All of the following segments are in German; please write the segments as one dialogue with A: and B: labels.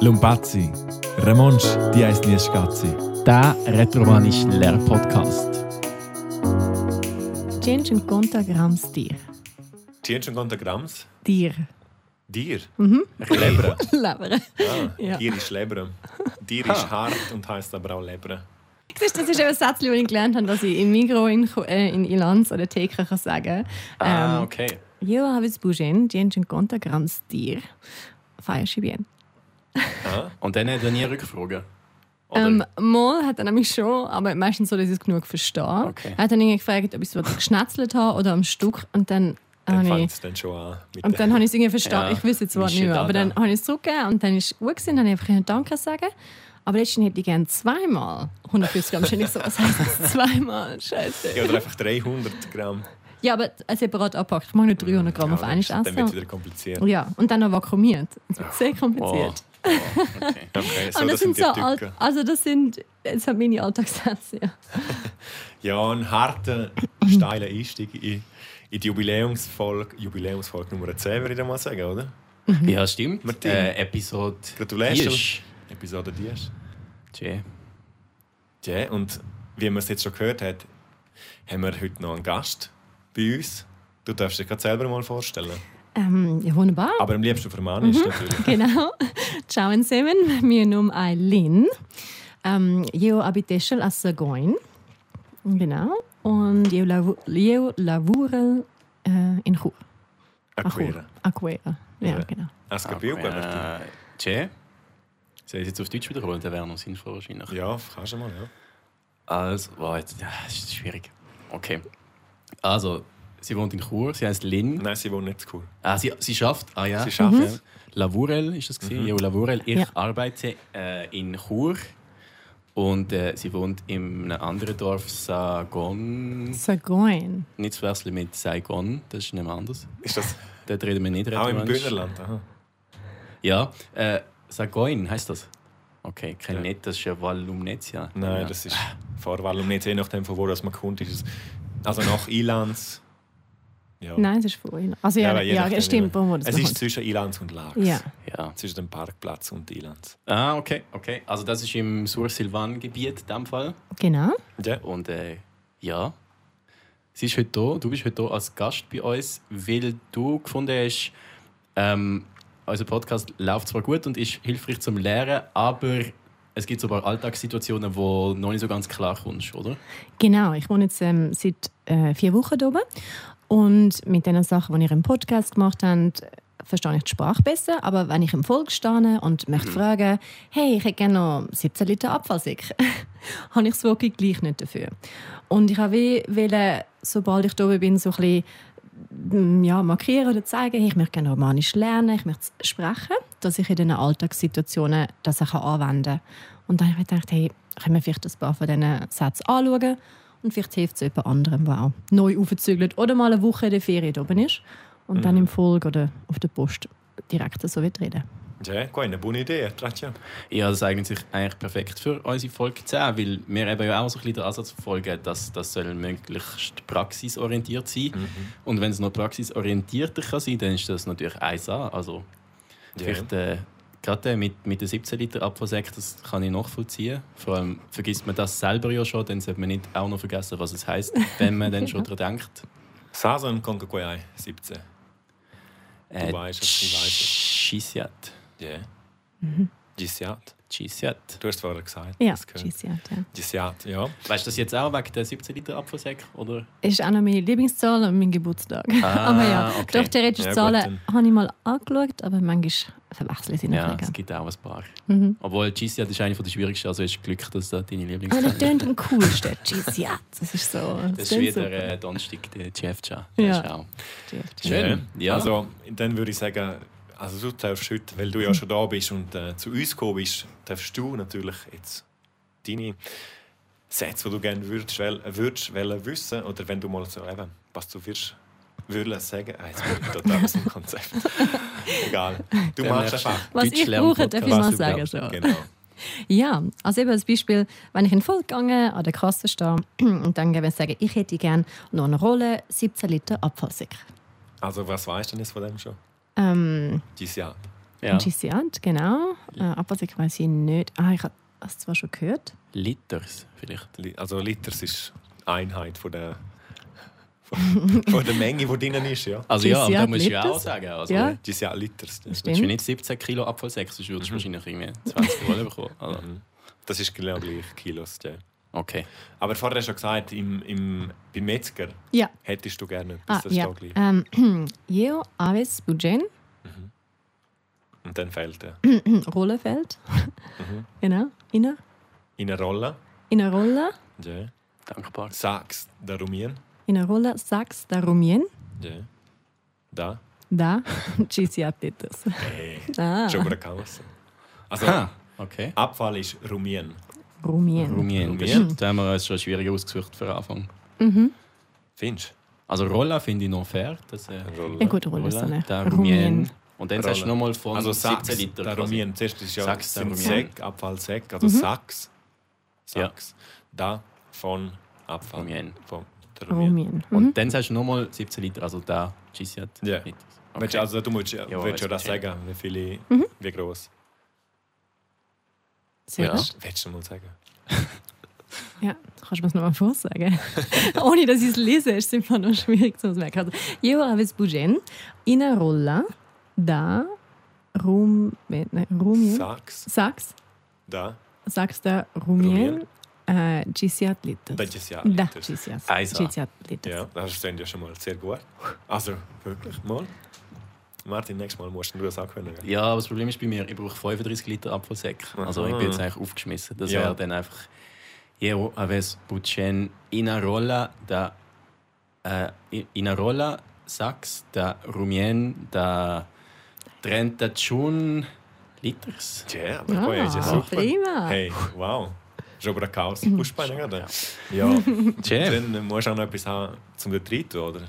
A: Lumpazzi, Ramonsch, die heisst nie Schatzi.
B: Der retromanische Lehrpodcast.
C: Change und Conta Grams dir.
A: Tjens und Grams?
C: Dir.
A: Dir? Mhm. Lebre.
C: Leber.
A: Ah,
C: Ja.
A: Dir ist Lebre. Dir ist hart und heisst aber auch Lebre.
C: Siehst, du, das ist eben ein Satz, den ich gelernt habe, dass ich im Migro in, Chu- äh, in Ilanz oder Theke kann sagen
A: Ah,
C: ähm,
A: okay.
C: «Io habe es Bugen, Change und Conta Grams dir». Feierst du bien.
D: Und dann hat er nie Rückfragen. Oder?
C: Ähm, mal hat er nämlich schon, aber meistens soll ich es genug verstehen.
D: Okay.
C: Er hat dann irgendwie gefragt, ob ich es geschnetzelt habe oder am Stück. Und dann,
A: Dann
C: habe
A: fängt
C: ich,
A: es dann schon an. Mit
C: und dann habe ich es irgendwie verstanden.
D: Ja,
C: ich weiß jetzt was
D: Mische
C: nicht mehr.
D: da,
C: Aber dann
D: da.
C: habe ich es zurückgegeben und dann ist es gut gewesen. Dann habe ich einfach Danke sagen. Aber letztens hätte ich gerne zweimal 150 Gramm. Wahrscheinlich so, was heisst das? Zweimal? Scheiße.
A: ja, oder einfach 300 Gramm.
C: Ja, aber also separat abpackt. Ich mag nicht 300 Gramm auf
A: Ja,
C: einmal
A: Dann wird es
C: essen.
A: wieder kompliziert.
C: Ja, und dann noch vakuumiert. Das wird sehr
D: Oh.
C: kompliziert.
D: Oh, okay.
A: Okay, so,
C: und das, sind
A: die
C: so
A: Tücken.
C: alt, also das sind, das sind meine Alltagssätze. Ja.
A: Ja, ein harter,
C: Mhm.
A: steiler Einstieg in, in die Jubiläumsfolge, Jubiläumsfolge Nummer 10, würde ich dann mal sagen, oder?
D: Ja, stimmt.
A: Martin.
D: Äh, Episode.
A: Gratulation.
D: Hirsch.
A: Episode 10.
D: Tschä.
A: Ja, und wie man es jetzt schon gehört hat, haben wir heute noch einen Gast bei uns. Du darfst dich gerade selber mal vorstellen.
C: Ähm, ja, wunderbar.
A: Aber am liebsten für Manisch natürlich.
C: Genau. Ciao zusammen, mein Name ist Eileen. Ähm, eu habite schon als Sagoin. Genau. Und eu lavu- eu lavoro äh, in Chur.
A: Ein
C: A Chur.
A: Queer.
C: A Quera. Ja,
A: Ja.
C: genau.
A: Ein Gebirge, Martin.
D: Äh, Tschä. Soll ich es jetzt auf Deutsch wiederholen? Dann wäre noch sinnvoll wahrscheinlich.
A: Ja, kannst du mal, ja.
D: Also, wow, jetzt, ja, das ist schwierig. Okay. Also, sie wohnt in Chur, sie heißt Lynn.
A: Nein, sie wohnt nicht zu cool.
D: Ah, sie, sie schafft, ah ja.
A: Sie schafft Mhm. es.
D: Lavorel ist das gewesen. Jo, Lavorel. Ich
C: Ja.
D: arbeite äh, in Chur und äh, sie wohnt in einem anderen Dorf, Sagon.
C: Sagoin.
D: Nicht zu verwechseln mit Saigon, das ist nicht mehr anders.
A: Ist das
D: Dort reden wir nicht
A: auch im
D: Rätoromanisch.
A: Bühnerland? Aha.
D: Ja, äh, Sagoin heißt das. Okay, kein
A: Ja.
D: nicht, das ist ja Valumnetia.
A: Nein,
D: ja.
A: das ist Vorwahl. Und nicht je nachdem, von wo das man kommt, ist es. Also nach Ilanz. Ja.
C: Nein, es ist vorhin. Also ja,
A: aber je
C: ja,
A: nachdem,
C: stimmt,
A: ja.
C: wo wir das
A: Es
C: noch
A: ist zwischen Ilanz und Lax.
C: haben. Ja.
D: Ja.
A: Zwischen dem Parkplatz und Ilanz.
D: Ah, okay, okay. Also das ist im Sur-Silvan-Gebiet in dem Fall.
C: Genau.
A: Ja.
D: Und äh, ja, sie ist heute da, du bist heute da als Gast bei uns, weil du gefunden hast, ähm, unser Podcast läuft zwar gut und ist hilfreich zum Lernen, aber es gibt so ein paar Alltagssituationen, wo du noch nicht so ganz klar kommst, oder?
C: Genau, ich wohne jetzt ähm, seit äh, vier Wochen hier oben. Und mit den Sachen, die ich im Podcast gemacht habe, verstehe ich die Sprache besser. Aber wenn ich im Volk stehe und möchte fragen, hey, ich hätte gerne noch 17 Liter Abfallsäck, habe ich es wirklich gleich nicht dafür. Und ich habe wie wollen, sobald ich hier oben bin, so ein bisschen mm, ja, markieren oder zeigen, hey, ich möchte gerne Romanisch lernen, ich möchte es sprechen, dass ich in diesen Alltagssituationen das auch anwenden kann. Und dann habe ich gedacht, hey, können wir vielleicht ein paar von diesen Sätzen anschauen und vielleicht hilft es jemand anderem, der auch neu aufzügelt oder mal eine Woche in der Ferien da oben ist und dann im Folge oder auf der Post direkt so wird reden.
A: Ja, gut, eine gute Idee, Tratja.
D: Ja, das eignet sich eigentlich perfekt für unsere Folge 10, weil wir eben ja auch so ein bisschen den Ansatz verfolgen, dass das soll möglichst praxisorientiert sein
A: Mhm.
D: Und wenn es noch praxisorientierter kann sein dann ist das natürlich 1A. Also vielleicht äh, gerade äh, mit, mit den 17 Liter Abfallsäck, das kann ich nachvollziehen. Vor allem vergisst man das selber ja schon, dann sollte man nicht auch noch vergessen, was es heißt, wenn man dann schon daran denkt.
A: Sasan Konkakoyai, 17.
D: Äh,
A: weißt es, du weißt es.
D: Chisiat.
A: Ja. Gisiat.
D: Chisiat.
A: Du hast es vorher gesagt.
C: Mhm. Ja,
A: das gehört.
C: tschüss, ja. ja.
A: Gisiat, ja.
D: Weißt du das jetzt auch wegen den 17 Liter Abfallsäck? Oder?
C: Ist auch noch meine Lieblingszahl und mein Geburtstag.
D: Ah,
C: aber ja,
D: okay.
C: doch theoretisch
A: Ja, gut,
C: Zahlen habe ich mal angeschaut, aber manchmal verwechsel ich sie noch.
D: Ja,
C: ein
D: es
C: bisschen. Mhm.
D: gibt auch ein paar. Obwohl, Cheesy ist eine der schwierigsten, also hast du Glück, dass das deine
C: Aber
D: Lieblingsfans
C: das tönt am coolsten. Tschüss, ja. Ah, Das ist so.
D: Das ist
C: tönt
D: wieder
C: super.
D: äh, Donnerstag, der Chefcha.
C: Ja.
D: Schön.
A: Ja.
D: Ja.
A: Also, dann würde ich sagen, also du darfst heute, weil du
C: Mhm.
A: ja schon da bist und äh, zu uns gekommen bist, darfst du natürlich jetzt deine Sätze, die du gerne würdest, wel, würdest wollen wissen oder wenn du mal so eben, was du wirst, würdest sagen. Ah, jetzt wird total aus dem Konzept. Egal. Du
D: Demnächst.
A: machst einfach.
C: Was ich brauche, darf ich
A: was
C: mal
A: du
C: sagen.
A: glaubst.
C: So.
A: Genau.
C: Ja, also eben als Beispiel, wenn ich in Volk gehe, an der Kasse stehe und dann gebe ich sagen, ich hätte gerne noch eine Rolle 17 Liter Abfallsäcke.
A: Also, was weißt du denn jetzt von dem schon?
C: Ähm,
A: Dieses Jahr.
D: Ja.
C: Anschissant, genau. Äh, Abwasser weiß ich nicht. Ah, ich habe es zwar schon gehört.
D: Liters vielleicht.
A: Li- Also Liters ist Einheit von der, von, von der Menge, die drin ist. Ja.
D: Also ja, aber
C: Jahr
D: da musst du ja
C: Liters?
D: auch sagen. Also,
C: Ja.
A: Das ist ja Liters. ja.
C: Das
D: Wenn du
C: stimmt.
D: nicht 17 Kilo Apfelsack, sonst würdest du wahrscheinlich irgendwie 20 Rollen bekommen. Also,
A: Mhm. Das ist genau gleich, Kilos. Ja.
D: okay.
A: Aber vorher hast du ja gesagt, im, im, beim Metzger
C: Ja.
A: hättest du gerne etwas.
C: Ah,
A: das ist
C: ja.
A: auch gleich.
C: Ähm, Jeo Aves Bugen,
A: Und dann fehlt er.
C: Rollefeld.
D: Mhm.
C: genau. Inner.
A: In einer Rolle.
C: Inner Rolle.
A: Ja.
D: Dankbar.
A: Sachs, der Rumien.
C: Inner Rolle Sachs da Rumien.
A: Ja. Da.
C: Da. Ah, Chisiatitis.
D: Äh,
A: Hey.
C: Da.
A: Schon wieder Chaos. Also,
D: Ha, okay.
A: Abfall ist Rumien.
C: Rumien.
D: Rumänien.
A: Rumänien.
D: Da haben wir uns schon schwierig ausgesucht für den Anfang.
A: Findest
D: Also Rolla finde ich noch fair. Das, äh,
A: du?
C: Ja, gut, Rolle ist dann
D: Da
C: nicht.
D: Rumänien.
C: Rumien.
D: Und dann
A: Rolla.
D: sagst du nochmal von
A: Also Sachs,
D: 17 Liter.
A: der
D: quasi.
A: Rumien. Zuerst ist ja
D: Sachs, der
A: sind
D: Rumien.
A: Säck, Abfallsäck.
C: Mhm.
A: Also Sachs. Sachs. Da von Abfall.
D: Rumien.
A: Von der Rumien.
C: Rumien. Mhm.
D: Und dann sagst du nochmal 17 Liter, also da Gisiat.
A: Ja.
D: Liters.
A: Weißt du, Also, du musst ja,
D: Ja,
A: willst ja
D: weiß
A: das
D: ich.
A: sagen, wie viele,
C: Mhm.
A: wie groß.
C: Sehr
D: Ja.
C: gut.
A: Willst du mal sagen?
C: Ja, kannst du mir es nochmal vorsagen? Ohne dass ich es lese, ist es immer noch schwierig zu merken. Also, io aves bugen in a rolla da rum, ne, rumien,
A: Sachs.
C: sax,
A: Da.
C: sax da rumien, äh, gisiat litus.
A: Da ist ja
C: Da,
A: Liters.
C: gisiat.
D: Also.
C: Gisiat litus.
A: Ja, das verstehen ja schon mal sehr gut. Also, wirklich mal. Martin, nächstes Mal musst du das auch können.
D: Ja, aber das Problem ist bei mir, ich brauche 35 Liter Apfelsäck. Also ich bin jetzt eigentlich aufgeschmissen. Das
A: Ja.
D: wäre dann einfach Jero aves Butchen in a rolla da äh, in a rolla Sachs da Rumien da Trentachun Liters.
A: Ja, aber
C: Ah,
A: cool, ist ja super.
C: prima. Mhm.
A: Hey, wow. Schon über Chaos. Fußball, oder? Ja.
D: Chef.
A: Dann musst du auch noch etwas haben zum Betrieb, oder?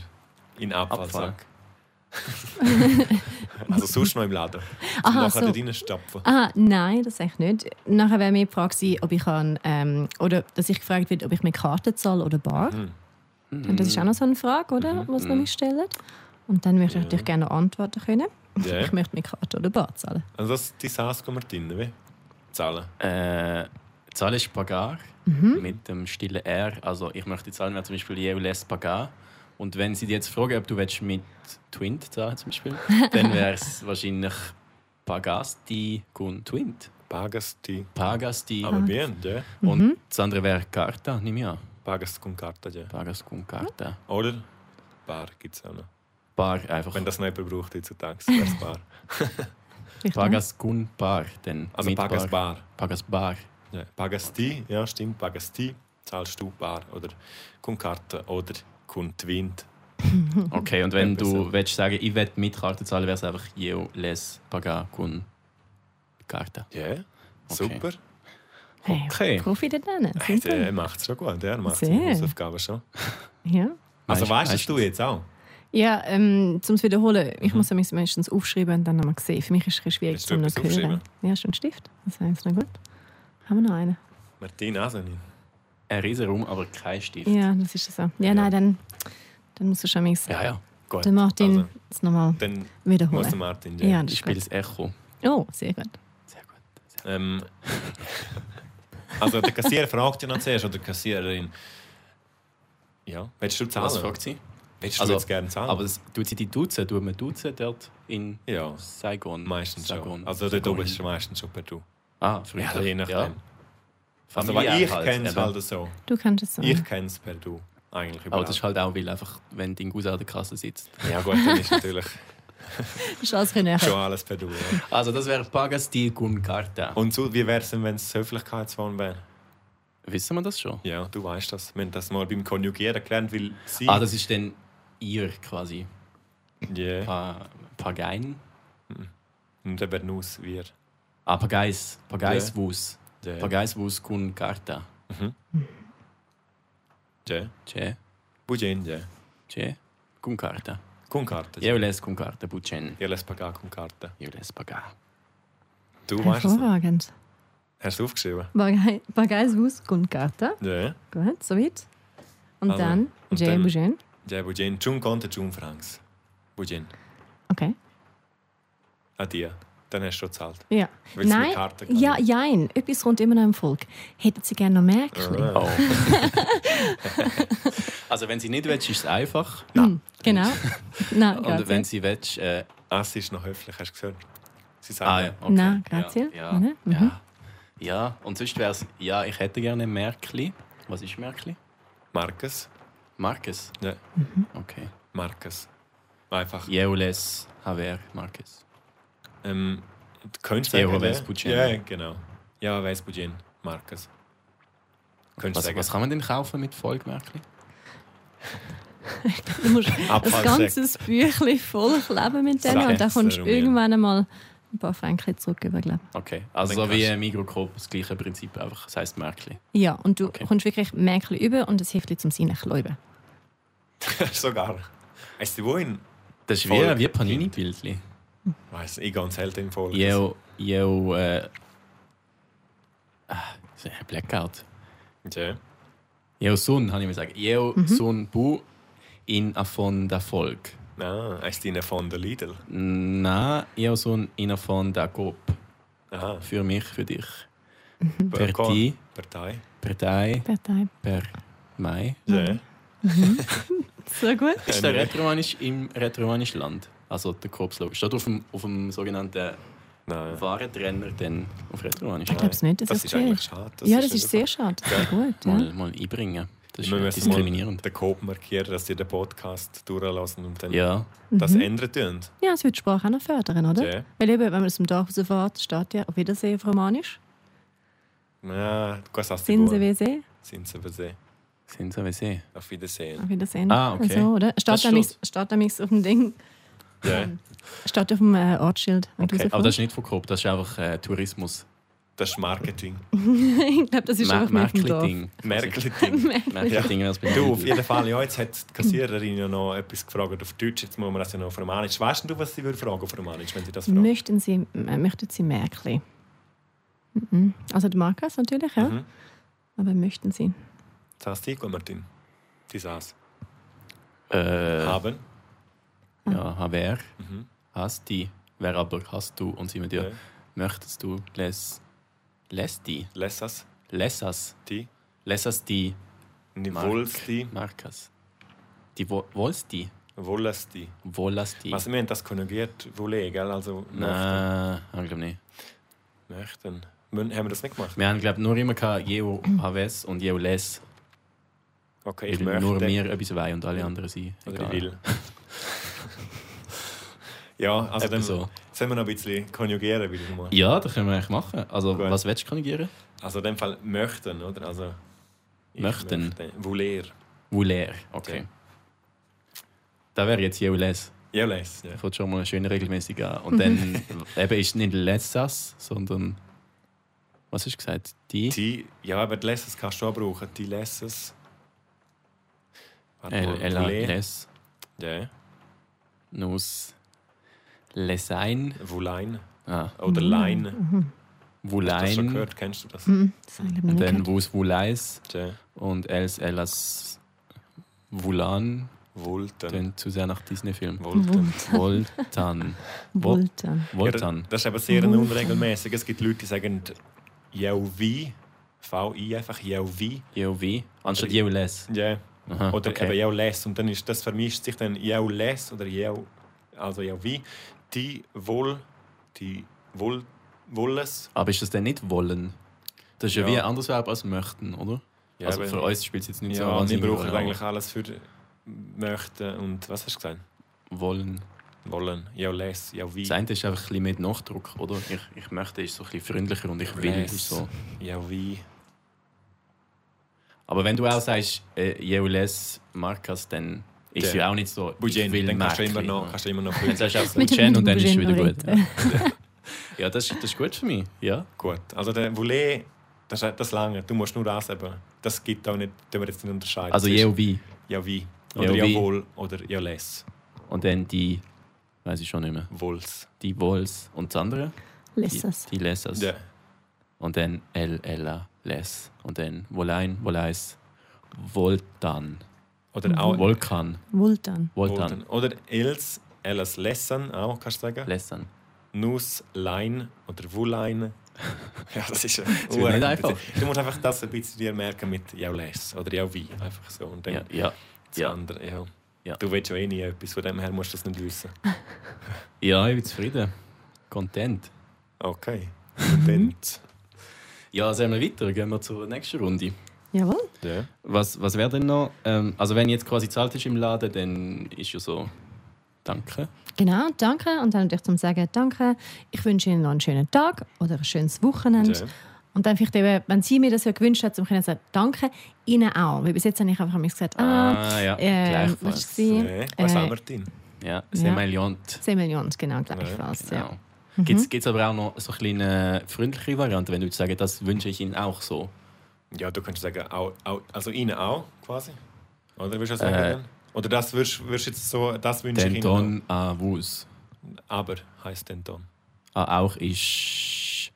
A: In Abfallsack. also sonst noch im Laden. Zum
C: Aha,
A: nachher da
C: so.
A: reinstopfen.
C: Ah, nein, das eigentlich nicht. Nachher wäre mir die Frage, gewesen, ob ich kann, ähm, oder dass ich gefragt wird, ob ich mit Karte zahle oder bar. Und das ist auch noch so eine Frage, oder, was man mich stellt. Und dann möchte ich natürlich gerne noch antworten können.
A: Ja.
C: Ich möchte mit Karte oder bar zahlen.
A: Also das, die Sass kommen wir drin, wie? Zahlen.
D: Äh, Zahl ist Pagar mit dem stillen R. Also ich möchte die Zahlen wäre zum Beispiel Jero les Pagar. Und wenn sie dich jetzt fragen, ob du willst mit Twint zahlen zum Beispiel, dann wäre es wahrscheinlich Pagasti kun Twint.
A: Pagast die.
D: Pagasti.
A: Aber bien, ja.
D: Und das andere wäre Carta, nehme ich an.
A: Pagast con carta, ja.
D: Pagas kun Carta.
A: Oder? Bar gibt es auch noch.
D: Paar einfach.
A: Wenn das noch jemand braucht heutzutage, wäre es Bar.
C: Vielleicht auch.
D: Pagas kun Paar. Dann
A: Also
D: mit
A: Pagas
D: Paar.
A: Bar.
D: Pagas Bar.
A: Ja, pagast die, ja stimmt, pagast die, zahlst du Bar oder con Karte oder con Twint.
D: Okay, und wenn
A: Etwas,
D: du
A: ja.
D: willst sagen, ich will mit Karte zahlen, wäre es einfach Jeo les Pagar kun Carta.
A: Ja, super.
C: Hey,
D: Okay.
C: Profi da drinnen.
A: Hey,
C: Super.
A: der macht es Äh, schon gut, der macht
C: Sehr.
A: seine Hausaufgaben schon.
C: Ja,
A: Also
D: Weißt-
A: weißt,
D: weißt-
A: du jetzt auch?
C: ja ähm, zum wiederholen, ich muss es meistens aufschreiben und dann nochmal sehen. Für mich ist es ein bisschen schwierig
A: Hast du
C: zum noch
A: etwas
C: zu
A: aufgeschrieben?
C: hören. Ja, schon Stift. Das heißt noch gut. Haben wir noch einen?
A: Martin Asenin.
D: Ein Riesenraum, aber kein Stift.
C: Ja, das ist so. Ja, nein, dann, dann musst du schon mal
D: Ja, ja.
A: Gut.
C: den Martin
A: Also,
C: es nochmal
A: dann muss der
C: wiederholen.
A: Martin. Ja.
C: Ja, das
D: Ich
C: ist
D: spiele
C: gut.
D: das Echo.
C: Oh, sehr gut.
D: Sehr gut.
A: Ähm, also der Kassierer fragt ja noch zuerst, oder die Kassiererin. Ja, willst du
D: Was
A: zahlen?
D: Also fragt sie?
A: Willst du
D: Also,
A: jetzt gerne zahlen?
D: Aber das, tut sie die duzen? Tut man duzen dort in
A: ja,
D: Saigon?
A: meistens
D: Saigon.
A: schon. Also dort
D: Saigon.
A: oben ist meistens schon per Du.
D: Ah, früher.
A: Ja, je nachdem. Also,
D: Familie
A: weil ich kenne es
D: eben.
A: halt so.
C: Du kannst es so.
A: Ich kenne es per Du. Eigentlich
D: Aber
A: überhaupt.
D: das ist halt auch, weil einfach, wenn die Gusa an der Kasse sitzt.
A: Ja gut, dann ist natürlich
C: Ist alles ein bisschen
A: schon
C: näher.
A: alles per Du. Ja.
D: Also, das wäre Pagastil Gun Carta.
A: Und so, wie wäre es denn, wenn es Höflichkeitsform wäre?
D: Wissen wir das schon?
A: Ja, du weißt das. Wir haben das mal beim Konjugieren gelernt, weil sie...
D: Ah, das ist dann ihr quasi.
A: Yeah.
D: Pa Pagain?
A: Und der Bernus wird.
D: Ah, Pagais. Pagaiswus.
A: Ja.
D: Pagaiswus Gun Carta.
A: Ja.
D: Che?
A: Budgen, ja.
D: Che? Gun Carta.
A: Con carta.
D: Io les Gun Carta, Bucen.
A: Ihr lässt pagar con carta.
D: Io les Pagar.
A: Du weißt es nicht.
C: Hervorragend.
A: Hast du aufgeschrieben?
C: Bagais Wus Gunkarte.
A: Ja.
C: Gut, soweit. Und
A: Also,
C: dann
A: und
C: Jay
A: dann-
C: Bugen.
A: Ja, Budgen. Chun conte, chun francs. Budgen.
C: Okay.
A: Adia. dann hast du schon gezahlt. Weil
C: Ja.
A: es mit
C: Nein,
A: Karte kann.
C: ja, jein. Etwas kommt immer noch im Volk. Hätten Sie gerne noch mehr? Äh.
D: Genau.
A: Ah.
D: Oh. Also wenn sie nicht willst, ist es einfach.
C: Genau. Nein,
D: Und wenn
C: grazie.
D: sie willst, äh,
A: Es ist noch höflich, hast du gesehen. Sie sagen,
D: ah ja, okay.
C: Nein, grazie.
D: Ja, ja,
C: Mhm.
D: ja. ja. und sonst wäre es, ja, ich hätte gerne Merkli. Was ist Merkli?
A: Marcus.
D: Marcus.
A: Ja,
C: Mhm.
D: Okay.
A: Marcus. Einfach.
D: Jeules Haver Marcus.
A: Ähm, du könntest
D: Theo
A: sagen, ne?
D: Vespucci.
A: Ja, genau. Ja, Vespucci, Marcus. Könntest
D: Was,
A: sagen.
D: was kann man denn kaufen mit Folgmärkli?
C: Du musst ein
A: Abfallsekt.
C: ganzes Büchlein voll kleben mit denen und dann kommst du
A: Sackserum, ja.
C: irgendwann einmal ein paar Franken zurück übergeben.
D: Okay, also
A: Dann
D: so wie
A: kannst-
D: ein Mikrokorb, das gleiche Prinzip, einfach, das heisst Märkli.
C: Ja, und du
D: Okay.
C: kommst wirklich Mäkel über und es hilft dir zum Sinne kläuben.
A: Sogar. Weißt du, wohin?
D: Das ist
A: Volk-
D: wie, wie Panini-Bildchen.
A: Weiss, ich ganz selten im Volk.
D: Jeu, jeu, äh, ah, Blackout.
A: Ja.
D: Jeu Sun, habe ich mir gesagt. Jeu Sun Bu in Afon da Volk.
A: Ah, heißt die von der Lidl.
D: Na, Jeu Sun in Afon da Coop.
A: Aha.
D: Für mich, für dich. Per
A: Ko-
D: ti,
A: Partei.
D: per dai,
C: Partei.
D: per mai.
C: Mhm.
D: Ähm,
A: Ja.
C: So gut.
D: Ist der Retromanisch im Retromanischen Land? Also der Coop-Slogan. Steht auf dem, auf dem sogenannten
A: Nein.
D: Warentrenner dann auf Retromanisch?
C: Ich glaube nicht, dass
A: Das
C: das
A: ist
C: zählt.
A: eigentlich schade. Das
C: Ja, das
A: einfach-
C: ist sehr schade. Sehr gut. Ja.
D: mal, mal einbringen. Das ist
A: Wir müssen mal
D: diskriminierend.
A: den Code markieren, dass ihr den Podcast durchlassen und dann
D: Ja.
A: das
C: Mhm.
A: ändern könnt.
C: ja, es wird die Sprache auch noch fördern, oder?
A: Ja.
C: Weil eben, wenn man aus dem Dorf rausfährt, steht ja auf Wiedersehen auf Romanisch.
A: Ja, du kannst das
C: Sind sie wie sie?
A: Sind sie wie
D: Sind sie wie sie.
A: Auf Wiedersehen.
C: Auf Wiedersehen.
D: Ah, okay.
C: Also, oder?
D: Das
C: Steht nämlich-
D: steht.
C: steht nämlich auf dem Ding,
A: Ja.
C: steht auf dem äh, Ortsschild. wenn du
D: Okay. Aber
C: rauskommst.
D: das ist nicht von Coop, das ist einfach äh, Tourismus.
A: Das ist Marketing.
C: ich glaube, das ist
D: Ma-
C: einfach mehr auf dem Dorf.
D: Märkli-Ding.
A: Merkel-Ding.
D: Märkli-Ding wäre es bei
A: Du,
D: mir.
A: auf jeden Fall, ja, jetzt hat die Kassiererin ja noch etwas gefragt auf Deutsch, jetzt muss man das ja noch auf Romanisch. Weißt denn du, was sie würde fragen auf Romanisch, wenn sie das fragt?
C: Möchten Sie, äh, möchten Sie Märkli? Mhm. Also die Markas natürlich, ja.
A: Mhm.
C: Aber möchten Sie?
A: Das heißt, die gut, Martin. Die saß.
D: Äh,
C: Ah.
A: Haben.
D: ja, haver.
A: Mhm.
D: Hast die. Wer aber hast du? Und sie mit dir.
A: Ja.
D: Möchtest du les. Les die?
A: Lessas.
D: Lessas.
A: Die.
D: Lessas die. Mark.
A: Nivolsti.
D: Markas. Die wo- wolls die?
A: Volasti.
D: Wollas die?
A: Also, wir haben das konjugiert, vole, gell? Also, möchten.
D: Nein, ich glaube nicht.
A: möchten. Mün- Haben wir das nicht gemacht?
D: Wir haben, glaube nur immer gehabt, Jeo Haves und Jeo Les.
A: Okay, ich
D: Weil
A: möchte.
D: nur wir etwas wollen und alle anderen sind.
A: Oder ich
D: egal.
A: will. ja, also
D: Etwa
A: dann
D: so.
A: sollen wir noch ein bisschen konjugieren wieder mal.
D: Ja, das können wir eigentlich machen. Also,
A: Gut.
D: was willst du konjugieren?
A: Also in dem Fall möchten, oder? Also ich
D: Möchten.
A: möchte. Voler.
D: Vouler. Okay.
A: Ja.
D: Da wäre jetzt Jeo Les.
A: Ja, les. Ja.
D: Ich wollte schon mal schön regelmäßig an. Und dann eben ist nicht Lessas, sondern. Was hast du gesagt? Die.
A: Die, ja, aber die Lesses kannst du auch brauchen. Die Lesses. Warte
D: L
A: mal,
D: Ella
A: Voler.
D: Les.
A: Ja,
D: Nus. Lesein.
A: Volein.
D: Ah,
A: Oder Lein. Hast du das schon
D: Wulein.
A: gehört? Kennst du das?
C: Mhm. Das habe ich glaube ich, noch
D: Und
C: nicht
D: dann
C: gehört.
D: Wus Wuleis.
A: Ja.
D: Und Els Ellas. Wulan.
A: Wulten.
D: Tönt zu sehr nach Disney-Film.
A: Wulten.
D: Voltan.
C: Wultern.
A: Ja,
D: Voltan.
A: das ist eben sehr unregelmäßig. Es gibt Leute, die sagen Jauvi. V-I einfach Jauvi.
D: Jeo Anstatt Jeo Les.
A: Ja.
D: Aha,
A: Oder
D: okay.
A: eben «Jau les» und dann ist das vermischt sich dann «Jau les» oder «Jau», also «Jau wie», «Die wohl», «Die wohl», «Wolles».
D: Aber ist das denn nicht wollen? Das ist
A: Ja.
D: ja, wie ein anderes Verb als möchten, oder?
A: Ja,
D: also
A: aber-
D: für uns spielt es jetzt nicht so
A: Ja, wir
D: wahnsinnig
A: brauchen
D: eine
A: eigentlich
D: Rolle.
A: alles für «Möchten» und was hast du gesagt?
D: wollen.
A: «Wollen», «Jau les», «Jau wie»,
D: Das eine ist einfach ein bisschen mit Nachdruck, oder? Ich, ich möchte ist so ein bisschen freundlicher und ich will
A: Les.
D: ist so.
A: «Jau wie».
D: Aber wenn du auch sagst, äh, Jeules Marcas, dann ist
A: Ja.
D: es ja auch nicht so.
A: «Budget»,
D: ich will
A: dann kannst du
D: Märkli.
A: immer noch, kannst du immer noch
D: Dann
A: füllen.
D: sagst du auch
C: Mit dem
D: Budget und dann ist es wieder
C: Budget
D: gut.
C: noch
D: Ja, ja das, ist- das ist gut für mich. Ja.
A: Gut, also der «Voulez», das, ist- das lange, du musst nur das eben. Das gibt auch nicht, tun wir jetzt nicht unterscheiden.
D: Also
A: zwischen
D: Jeuvi
A: «Jau wie» oder
D: «Jau wie».
A: «Jawohl» oder «Jau les»,
D: und dann die, weiß ich schon nicht mehr,
A: «Wols».
D: die Wols und das andere? Die,
C: Lessas.
D: die Lessers.
A: Ja.
D: Und dann El Ella Les. Und dann Wolein, Woleis, Voltan.
A: Oder auch
D: Volkan,
C: Wultern.
D: Voltan,
A: Oder Els, Alice Lesson, auch kannst du sagen.
D: Lessan.
A: Nusslein oder Wulein. ja, das ist ja
D: wird nicht einfach.
A: Du musst einfach das ein bisschen dir merken mit «Jau les» oder «Jau wie». Einfach so. Und dann
D: Ja, ja,
A: das
D: ja.
A: andere. Ja.
D: Ja.
A: Du willst ja eh nie etwas, von dem her musst du das nicht wissen.
D: ja, ich bin zufrieden. Content.
A: Okay.
D: Mhm.
A: Und dann...
D: Ja, sehen wir weiter. Gehen wir zur nächsten Runde.
C: Jawohl.
A: ja.
D: Was, was wäre denn noch? Ähm, also, wenn jetzt quasi zahlt ist im Laden, dann ist ja so. Danke.
C: Genau, danke. Und dann natürlich zum Sagen, danke. Ich wünsche Ihnen noch einen schönen Tag oder ein schönes Wochenende.
A: Ja.
C: Und dann vielleicht eben, wenn sie mir das ja gewünscht hat, zum können sagen, danke Ihnen auch. Weil bis jetzt habe ich einfach immer gesagt, ah,
D: ja.
C: äh, was
D: gleichfalls.
C: war
A: Ja. Was
C: äh,
A: haben wir denn?
D: Ja,
C: Ja.
D: Semeliant.
C: 10 Millionen, genau, gleichfalls. Ja.
D: Genau. Gibt's Gibt es aber auch noch so eine kleine freundliche Variante, wenn du jetzt sagst, das wünsche ich Ihnen auch so.
A: Ja, du kannst sagen, auch, auch, also ihnen auch, quasi. Oder würdest du sagen?
D: Äh.
A: dann? Oder das würdest du jetzt so, das wünsche ich
D: Denn
A: ihnen.
D: Don Avus.
A: noch. Aber heisst dann Don.
D: Ah, auch ist.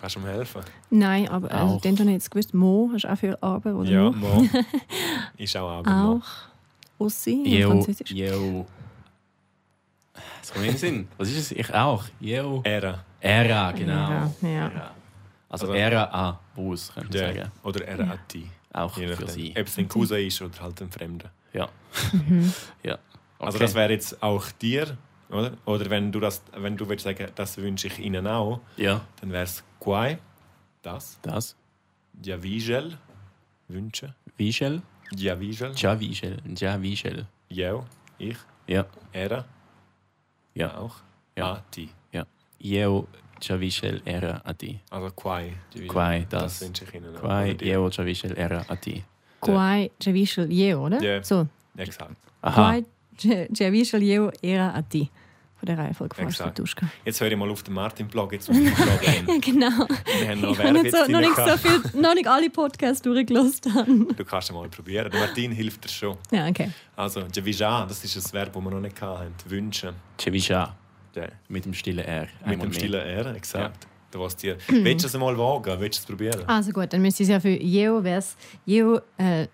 A: Kannst du mir helfen?
C: Nein, aber also,
D: Auch.
C: den habe ich jetzt gewusst, Mo hast du auch für Aber oder
A: ja,
C: Mo?
A: Mo. ist auch aber Mo.
C: Auch Ossi in
D: Jeo.
C: Französisch.
D: Jeo. Das kommt nicht in den Sinn. Was ist es? Ich auch. Jeo.
A: Era.
D: Era, genau.
C: Ja, ja.
D: Era. Also
A: Also-
D: Era Avus, könnte man
A: Ja.
D: sagen.
A: Oder era a ti.
D: Auch
A: Je
D: für
A: nachdem.
D: sie.
A: Ob es ein Cousin ist oder halt ein Fremder.
D: Ja.
C: Mhm.
D: ja.
A: Also
D: Okay.
A: das wäre jetzt auch dir, oder? Oder wenn du das, wenn du willst sagen, das wünsche ich ihnen auch,
D: Ja,
A: dann wäre es quai, das,
D: das.
A: ja vigel, wünsche,
D: Vischel.
A: ja vigel,
D: Ja, Vischel. Ja, Vischel.
A: ja, ich,
D: Ja.
A: era,
D: Ja.
A: auch,
D: Ja.
A: a ti.
D: Jeo. Ja, Vischel. Era a ti.
A: Also quai. die-
D: Quai, das.
A: Das wünsche ich ihnen auch.
D: Quai.
A: Oder dir.
D: Jeo. Ja, Vischel. Era a ti.
C: Quai Javischel Jeo, oder?
A: Ja.
C: So,
A: Exakt.
D: Aha.
C: Quai Javischel Jeo era a ti. Von der Reihenfolge von
A: Exakt.
C: Stutuschka.
A: Jetzt höre ich mal auf den Martin-Blog. Jetzt auf den Blog ein.
C: Ja, genau.
A: Wir haben noch
C: Ich habe nicht, so,
A: Werbung
C: noch, nicht so
A: gehabt.
C: viel, noch nicht alle Podcasts durchgelost haben.
A: Du kannst es mal probieren. Der Martin hilft dir schon.
C: Ja, okay.
A: Also, Javisha, das ist ein Verb, das wir noch nicht hatten. Wünschen.
D: Ja, Vischel.
A: Ja.
D: Mit dem stillen R.
A: Mit
D: Einmal
A: dem
D: mehr.
A: stillen R, exakt. Du willst, dir, willst du es mal wagen? Willst du es probieren?
C: Also gut, dann müsste es ja für Jeo wär's Jeo äh,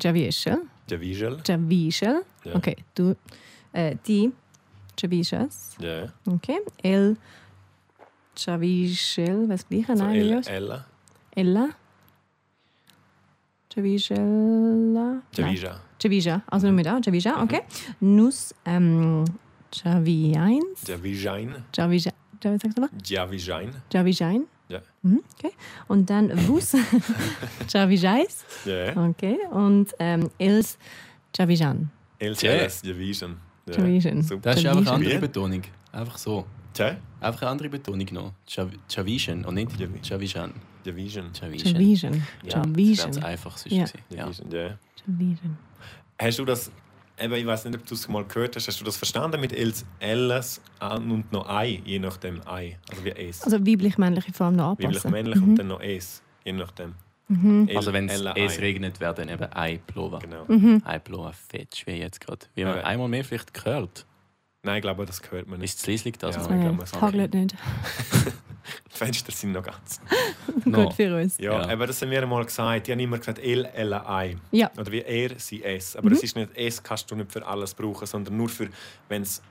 C: Javischel.
A: Javischel.
C: Javischel.
A: Ja.
C: Okay, du. Äh, die Javischels.
A: Ja.
C: Okay. El Javischel, was gleiche?
A: Also,
C: Nein,
A: El,
C: Jeo-
A: Ella.
C: Ella. Javischella. Nein.
A: Javisha.
C: Javija, also nur mit A, Javija, okay. Nuss, ähm, Javijans,
A: Javijain.
C: Javija, Javija, sagst du mal?
A: Javijain.
C: Javijain.
A: Ja.
C: Mhm, okay. Und dann Wus, Javijais,
A: Ja.
C: okay. Und ähm, Els, Javijan.
A: Els,
D: Ja.
A: Ellas, Javijan. Ja.
C: Javijan.
A: Super.
D: Das ist einfach eine andere
A: Javier.
D: Betonung. Einfach so.
A: Ja.
D: Einfach eine andere Betonung noch. Chav- Chavishan und nicht
A: Javi-
D: Chavishan.
A: Javijan.
D: Chavishan.
C: Javijan.
D: Ja,
C: Javijan.
D: Das war einfach. sonst
C: Ja.
D: gewesen. Ja.
A: Javijan. Ja.
C: Javijan.
A: Hast du das, eben, ich weiß nicht, ob du es mal gehört hast, hast du das verstanden mit Els, Elles, An und noch Ei, je nachdem Ei, also wie Es.
C: Also weiblich-männliche Form noch
A: Weiblich,
C: anpassen.
A: männlich und dann noch Es, je nachdem.
C: Mhm.
A: El,
D: Also wenn
A: Ella,
D: es
A: Ei.
D: regnet, wäre dann eben ein Plova.
A: Genau.
C: Mhm.
D: Ein Plova fetch, wie jetzt gerade. Wie man
A: Ja.
D: einmal mehr vielleicht gehört.
A: Nein, ich glaube, das gehört man nicht.
D: Ist es leislich das
A: Ja.
D: mal?
A: ich
C: Nein,
A: glaub,
C: es
A: man-
C: hagelt Äh, nicht.
A: Die Fenster sind noch ganz.
D: No.
C: Gut für uns.
A: Ja,
D: Ja.
A: aber das haben wir einmal gesagt. Ich habe immer gesagt El, Ella, Ei.
C: Ja. Mhm.
A: Oder wie er, sie, es. Aber es ist nicht Es, kannst du nicht für alles brauchen, sondern nur für, wenn es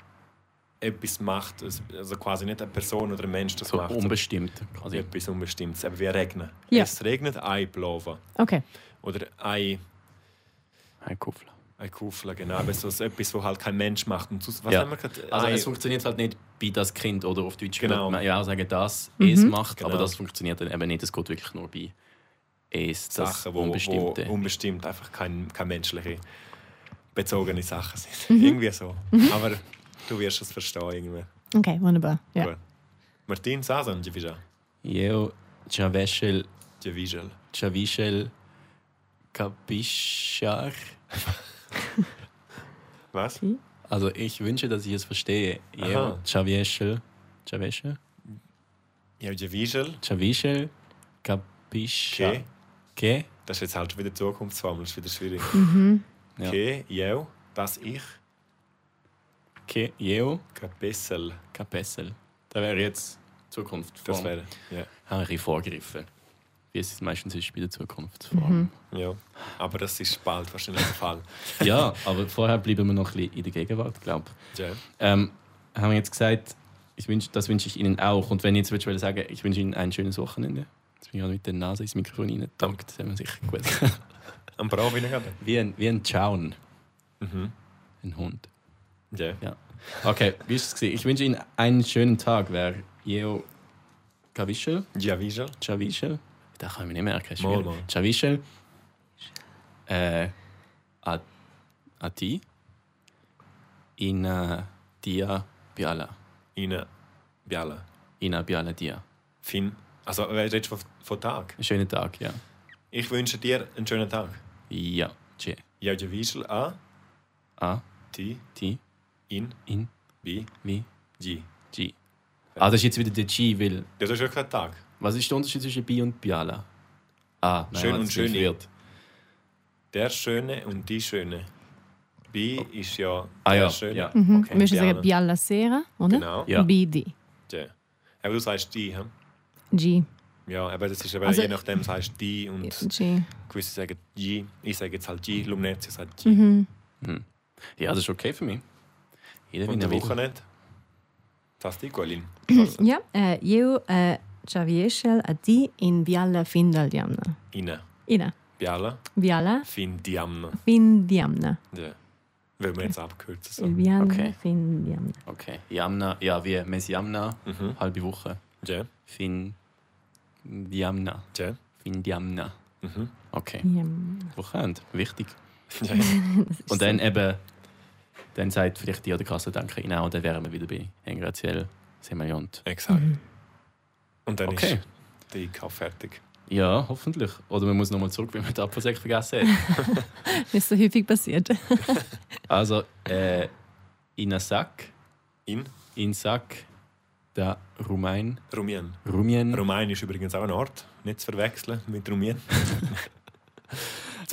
A: etwas macht. Also quasi nicht eine Person oder ein Mensch das
D: So
A: macht.
D: unbestimmt. Quasi.
A: Etwas Unbestimmtes. Aber wie regnen.
C: Ja.
A: Es regnet, Ei, Plova.
C: Okay.
A: Oder ein,
D: Ein Kuffler.
A: ein Kuffler, genau. Aber so so etwas, was halt kein Mensch macht. Und sonst, was
D: Ja.
A: haben wir gerade?
D: Also
A: Ei-
D: es funktioniert halt nicht bei das Kind oder auf Deutsch
A: Genau.
D: würde man ja auch sagen, das
C: Mhm.
D: es macht, aber
A: Genau.
D: das funktioniert dann eben nicht. Es geht wirklich nur bei es, das
A: Sachen, wo um
D: Unbestimmte.
A: Wo unbestimmt einfach kein, kein menschliche bezogene Sachen sind. irgendwie so. Aber du wirst es verstehen irgendwie.
C: Okay, wunderbar. Ja.
A: Gut. Martin Sasan, Javija.
D: Jeo, Chaveschel,
A: Javijal.
D: Chavischel Kapischar.
A: Was?
D: Also ich wünsche, dass ich es verstehe.
A: Aha.
D: Ja, Chavischel, Chavischel,
A: Ja, Javijal.
D: Chavischel
A: Ke.
D: Kapischar. Ke?
A: Das ist jetzt halt schon wieder Zukunftsformel, das ist wieder schwierig.
D: Ja.
A: Ke, Jeu, das ich,
D: Ke, Jeo,
A: Kapessel.
D: Kapessel. Da wäre jetzt Zukunft.
A: Das wäre. Ja.
D: Habe ich vorgegriffen. Wie es meistens ist bei der Zukunftsform.
A: ja. Aber das ist bald wahrscheinlich der Fall.
D: ja, aber vorher bleiben wir noch ein bisschen in der Gegenwart, glaube ich.
A: Ja.
D: Ähm, haben wir jetzt gesagt, ich wünsch, das wünsche ich Ihnen auch. Und wenn ich jetzt würdest du sagen, ich wünsche Ihnen ein schönes Wochenende. Jetzt bin ich gerade mit der Nase ins Mikrofon rein. Danke, das haben wir sicher gut.
A: Am Bravo bin ich gerade.
D: wie ein, wie ein Chown,
A: Mhm.
D: ein Hund.
A: Ja.
D: Okay, wie ist es? gewesen? Ich wünsche Ihnen einen schönen Tag, wer Jeo Gavischel,
A: Ja, wie schon.
D: Javischel, da kann ich mich nicht merken.
A: Mal,
D: schwierig.
A: mal.
D: Javischel, äh, A- Ati, Ina Dia Biala.
A: Ihnen Biala.
D: Ina Biala Dia.
A: Finn. Also, wer redest du von, von Tag?
D: Einen schönen Tag, ja.
A: Ich wünsche dir einen schönen Tag.
D: Ja, Che,
A: Ja, ja, Wiesel, A,
D: A,
A: T,
D: Ti,
A: In,
D: In,
A: B,
D: Wie,
A: G.
D: G. Ah, das ist jetzt wieder der G, weil.
A: Das ist wirklich ein Tag.
D: Was ist der Unterschied zwischen Bi und Biala? Ah, nein,
A: Schön
D: hat's
A: und schön.
D: verwirrt.
A: Der Schöne und die Schöne. B ist ja
D: Ah
A: der
D: ja,
A: Schöne.
D: ja.
C: Mhm. Wir müssen
A: Biala.
C: sagen Biala Sera, oder?
A: Genau.
D: Ja.
C: BD.
A: Ja. Aber du sagst die, hm?
C: G.
A: Ja, aber das ist aber
C: Also-
A: je nachdem, sagst die und
C: G.
A: gewisse sagen die. Ich sage jetzt halt die, Lumnetzi sagt die.
C: Mhm.
D: Ja, das ist okay für mich. Jeder
A: Und
D: wie er
A: der
D: will.
A: Wochenende? Das die Colin.
C: Ja, äh, eu äh, Javieshel a ti in Biala Findaldiamna.
A: Inne.
C: Ina.
A: Biala,
C: Biala
A: Findiamna.
C: Findiamna.
A: Ja. Wenn wir jetzt abkürzen. So.
C: Biala
D: Okay.
C: Findiamna.
D: Okay. Jamna, ja, wie Messi Jamna,
A: Mhm.
D: halbe Woche.
A: Ja,
D: Fin. Jamna.
A: ja.
D: Fin Jamna.
A: Mhm.
D: Okay.
C: Diamna.
D: Wochenende. Wichtig.
A: Ja,
D: Und dann eben. Dann sagt vielleicht die an der Kasse, danke Ihnen auch, dann wären wir wieder bei Engraziell Semajont.
A: exakt.
C: Mhm.
A: Und dann
D: Okay.
A: ist die Kaffee fertig.
D: Ja, hoffentlich. Oder man muss nochmal zurück, weil man den Apfelsack vergessen hat.
C: Ist so häufig passiert.
D: Also, äh, Inasak,
A: In
D: Insak, da Rumain,
A: Rumänien.
D: Rumien,
A: Rumänien ist übrigens auch ein Ort, nicht zu verwechseln mit Rumänien.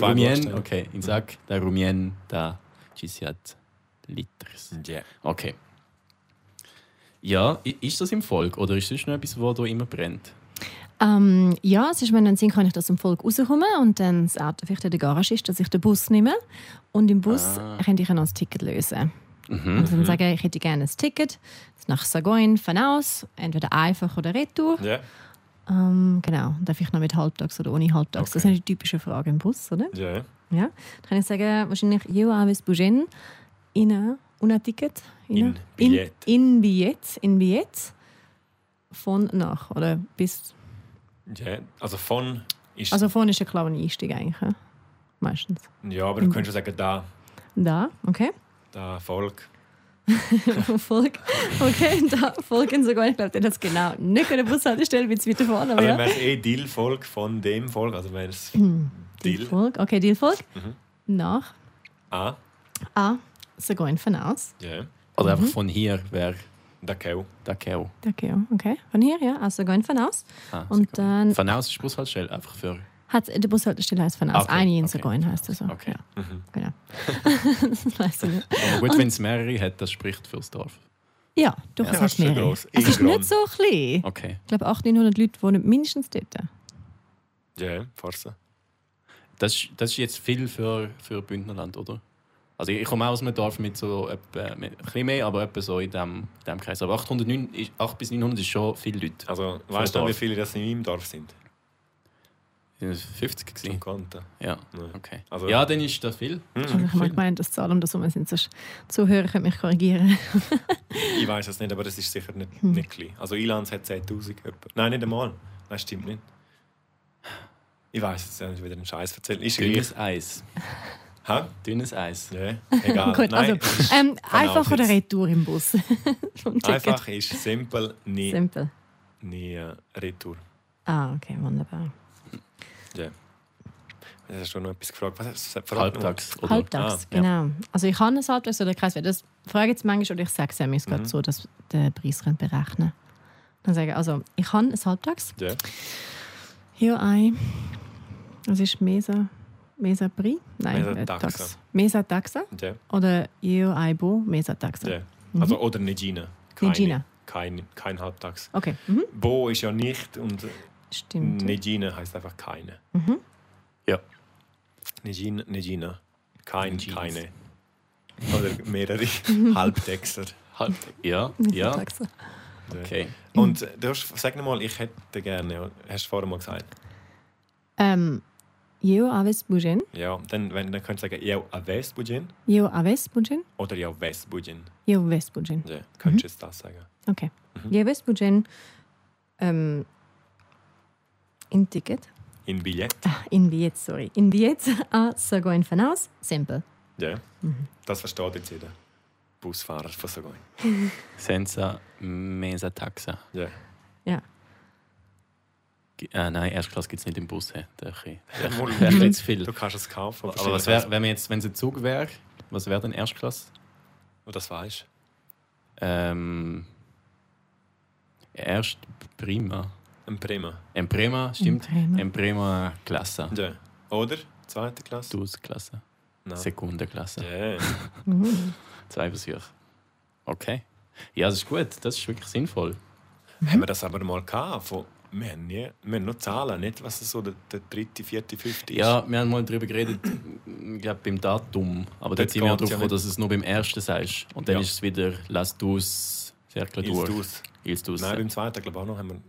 D: Rumien, okay, Insak, da Rumien, da Gisiat Liters.
A: Ja.
D: Okay. Ja, i- ist das im Volk oder ist das noch etwas, wo du immer brennt?
C: Ähm, ja, es ist mir dann Sinn, kann ich das im Volk rauskommen und dann das Auto vielleicht in der Garage ist, dass ich den Bus nehme. Und im Bus
D: Ah.
C: könnte ich dann noch das Ticket lösen. Also dann sage ich, ich hätte gerne ein Ticket nach Sagoin von aus, entweder einfach oder retour.
A: Ja,
C: Ähm, genau, darf ich noch mit Halbtags oder ohne Halbtags? Das
A: Okay.
C: sind die typischen Fragen im Bus, oder?
A: ja.
C: Ja. Dann kann ich sagen, wahrscheinlich, io aves bugen in un Ticket.
A: In Billet.
C: In Billet. In Billet. Von nach, oder bis
A: ja. Also von ist.
C: Also vorne ist ja klar ein Einstieg eigentlich. ja? Meistens.
A: ja, aber du könntest schon sagen, da,
C: Da, okay.
A: da Volk.
C: Folg. Okay, da folgen sogar. Ich glaube, der hat es genau nicht an der Bushaltestelle, wie es weiter vorne aber
A: Aber dann
C: ja. Mhm.
A: wäre es eh Deal-Volk von dem Volk. Also wäre es
C: Deal.
A: Deal. Mhm.
C: Folg. Okay, Deal Folg. Nach.
A: Ah,
C: Ah, sogar von aus.
A: ja.
D: Oder einfach von hier wäre
A: Da Kau.
D: da Keo.
C: Okay, okay. Von hier, ja. Also sogar von aus.
D: Ah,
C: Und
D: sehr gut.
C: dann-
D: Von aus ist Bushaltestelle einfach für.
C: Hat halt die Bushaltestelle heißt von aus.
D: Okay,
C: Eine in
D: okay.
C: Sagoin heißt das so.
D: Okay.
C: Ja. Genau. das weiß ich nicht.
D: Aber gut, wenn es mehrere hat, das spricht fürs Dorf.
C: Ja,
A: Ja,
C: durchaus
A: schon
C: mehr.
A: gross.
C: Es ist
A: Ingron.
C: nicht so klein.
D: Okay.
C: Ich glaube, 800 Leute wohnen mindestens dort.
A: Ja, Farsa.
D: Das, ist- das ist jetzt viel für, für Bündnerland, oder? Also ich komme auch aus einem Dorf mit so etwa, mit, ein bisschen mehr, aber etwa so in diesem dem Kreis. Aber 800, neun- ist- 8 bis 900 ist schon viel Leute.
A: Also
D: Vom
A: weißt du, wie
D: Dorf.
A: viele das in meinem Dorf sind?
D: Sind es 50
A: Zum
D: gewesen?
A: Kanten.
D: Ja,
A: Nein.
D: okay.
A: Also-
D: ja, dann ist das viel.
C: Ich habe mal gemeint, dass die Zahlen um das herum sind. Sonst Zuhörer können mich korrigieren.
A: Ich weiß es nicht, aber das ist sicher nicht,
C: Hm.
A: nicht klein. Also Ilans hat 10'000. etwa. Nein, nicht einmal. Nein, stimmt nicht. Ich weiß jetzt nicht, wieder einen Scheiß erzählen. Ist gleich.
D: Dünnes Eis.
A: Hä?
D: Dünnes Eis.
A: Ja, egal.
C: Gut,
A: Ah, Nein,
C: also ähm, einfach
A: Outfits.
C: oder Retour im Bus. Vom Ticket.
A: einfach ist simpel, nie,
C: Simple.
A: nie äh, Retour.
C: Ah, okay, wunderbar.
A: Ja. Jetzt hast du noch etwas gefragt. Was hast du gefragt?
D: Halbtags. Oder?
C: Halbtags,
A: Ah, ja.
C: genau. Also ich habe ein Halbtags oder keins. Das frage jetzt manchmal oder ich sage es mhm. gerade so, dass der Preis könnt berechnen Dann sage ich, also ich habe ein Halbtags.
A: Ja.
C: Hier ein. Das ist Mesa. Mesa Prix? Nein,
A: Mesa
C: äh,
A: Taxa.
C: Tax. Mesa Taxa.
A: Ja.
C: Oder Io Aibo Mesa Taxa.
A: ja.
C: Mhm.
A: Also, oder Negina. Keine,
C: Negina.
A: Kein, kein Halbtags.
C: Okay, mhm.
A: Bo ist ja nicht und
C: stimmt.
A: Negina heißt einfach keine.
D: Ja.
A: Negina. Negina. Kein,
D: Negins.
A: keine. Oder mehrere Halbtexter.
D: Halt. Ja,
C: Mit
D: ja.
C: Syntax.
D: Okay.
A: Und äh, du hast, sag mal, ich hätte gerne, oder? hast du vorher mal gesagt.
C: Ähm, Yo aves bujin.
A: Ja, dann, wenn, dann könntest du sagen, ja, a Westbudgin
C: Yo aves bujin.
A: oder ja, Westbudgin.
C: Yo ves bujin.
A: Ja, könntest du jetzt das sagen.
C: Okay.
D: Mhm.
C: Yo ves bujin. Ähm, in Ticket.
A: In Billett.
C: Ah, In Viet, sorry. In Viet a Sago in Fanaus. Simple.
A: Ja. Das versteht jetzt jeder. Busfahrer von Sagoin.
D: Senza Mesa Taxa.
A: Ja.
C: Ja.
D: G- Äh, nein, Erstklasse gibt es nicht im Bus. hä? Der Chi- der
A: Wohl-
D: Chi- Wäre jetzt viel.
A: Du kannst es kaufen.
D: Aber was wäre, wenn wir jetzt, wenn es ein Zug wäre, was wäre denn Erstklasse?
A: Und das weißt
D: Ähm, erst Prima.
A: du. Ein Prima.
D: Em Prima, stimmt.
C: Prima.
D: Em Prima Klasse.
A: Ja. Oder? Zweite Klasse?
D: Dus-Klasse.
A: Nein.
D: Sekundenklasse.
A: Ja.
C: Mhm.
D: Zwei Versuche. Okay. Ja, das ist gut. Das ist wirklich sinnvoll. Mhm.
A: Haben wir das aber mal gehabt? Von, wir, haben nie, wir haben noch Zahlen, nicht was so der, der dritte, vierte, fünfte ist.
D: Ja, wir haben mal darüber geredet, ich glaube, beim Datum. Aber
A: Dort
D: dort sind wir auch
A: geht's
D: drauf
A: ja
D: gekommen,
A: nicht.
D: dass es nur beim ersten sagst. Und dann
A: Ja.
D: ist es wieder «Lass du's», «Ferkel
A: Ils
D: durch»,
A: dus.
D: «Ils du's».
A: Nein, beim zweiten glaube ich auch noch. Haben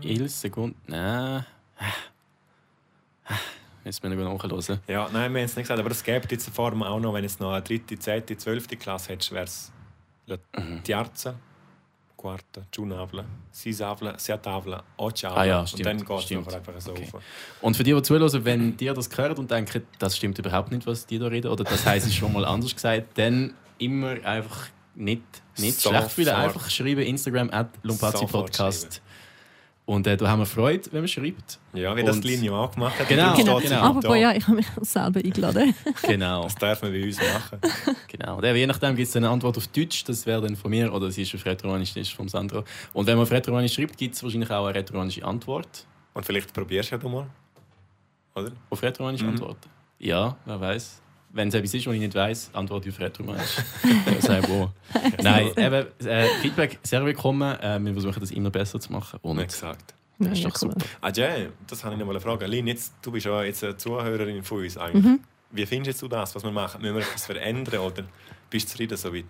A: wir,
D: «Ils Sekunden», nein. Ah. Jetzt müssen wir noch nachhören.
A: ja, nein, wir haben es nicht gesagt, aber es gäbe diese Form auch noch, wenn es noch eine dritte, zweite, zwölfte Klasse hättest, wäre es la
D: Mhm.
A: Tiarza, Quarta, Giunavla, Sisavla, Seatavla, Ochavla.
D: Ah ja,
A: Und
D: stimmt,
A: dann geht es
D: stimmt.
A: noch einfach so
D: Okay.
A: auf.
D: Und für die, die zuhören, wenn dir das gehört und denken, das stimmt überhaupt nicht, was die da reden, oder das heißt, es ist schon mal anders gesagt, dann immer einfach nicht, nicht
A: Sofort.
D: schlecht wieder einfach schreiben, Instagram at Lumpazzi
A: Sofort
D: Podcast. Und äh, da haben wir Freude, wenn man schreibt.
A: Ja, wie das
D: Und-
A: die Linie auch gemacht hat.
D: Genau,
A: dann
D: genau.
A: steht sie
D: Aber
A: da.
C: Apropos, ja, ich habe mich selber eingeladen.
D: Genau.
A: Das darf man bei uns machen.
D: genau. Und eben, je nachdem gibt es eine Antwort auf Deutsch, das wäre dann von mir, oder sie ist auf Rätoromanisch, das ist vom Sandro. Und wenn man auf Rätoromanisch schreibt, gibt es wahrscheinlich auch eine rätoromanische Antwort.
A: Und vielleicht probierst du ja doch mal. Oder?
D: Auf Rätoromanisch antworten? Mhm. Ja, wer weiß. Wenn es etwas ist, was ich nicht weiß, antworte ich auf Rätoromanisch. Ja, sei wo. Nein, eben, äh, Feedback sehr willkommen. Äh, wir versuchen das immer besser zu machen. Und
A: Nicht gesagt.
D: das ist
C: Ja,
D: doch
C: cool.
D: super.
A: Ajay, Ah, das habe ich noch mal eine Frage. Lin, jetzt, du bist ja jetzt eine Zuhörerin von uns eigentlich.
C: Mhm.
A: Wie findest du das, was wir machen? Müssen wir etwas verändern oder bist du zufrieden so weit?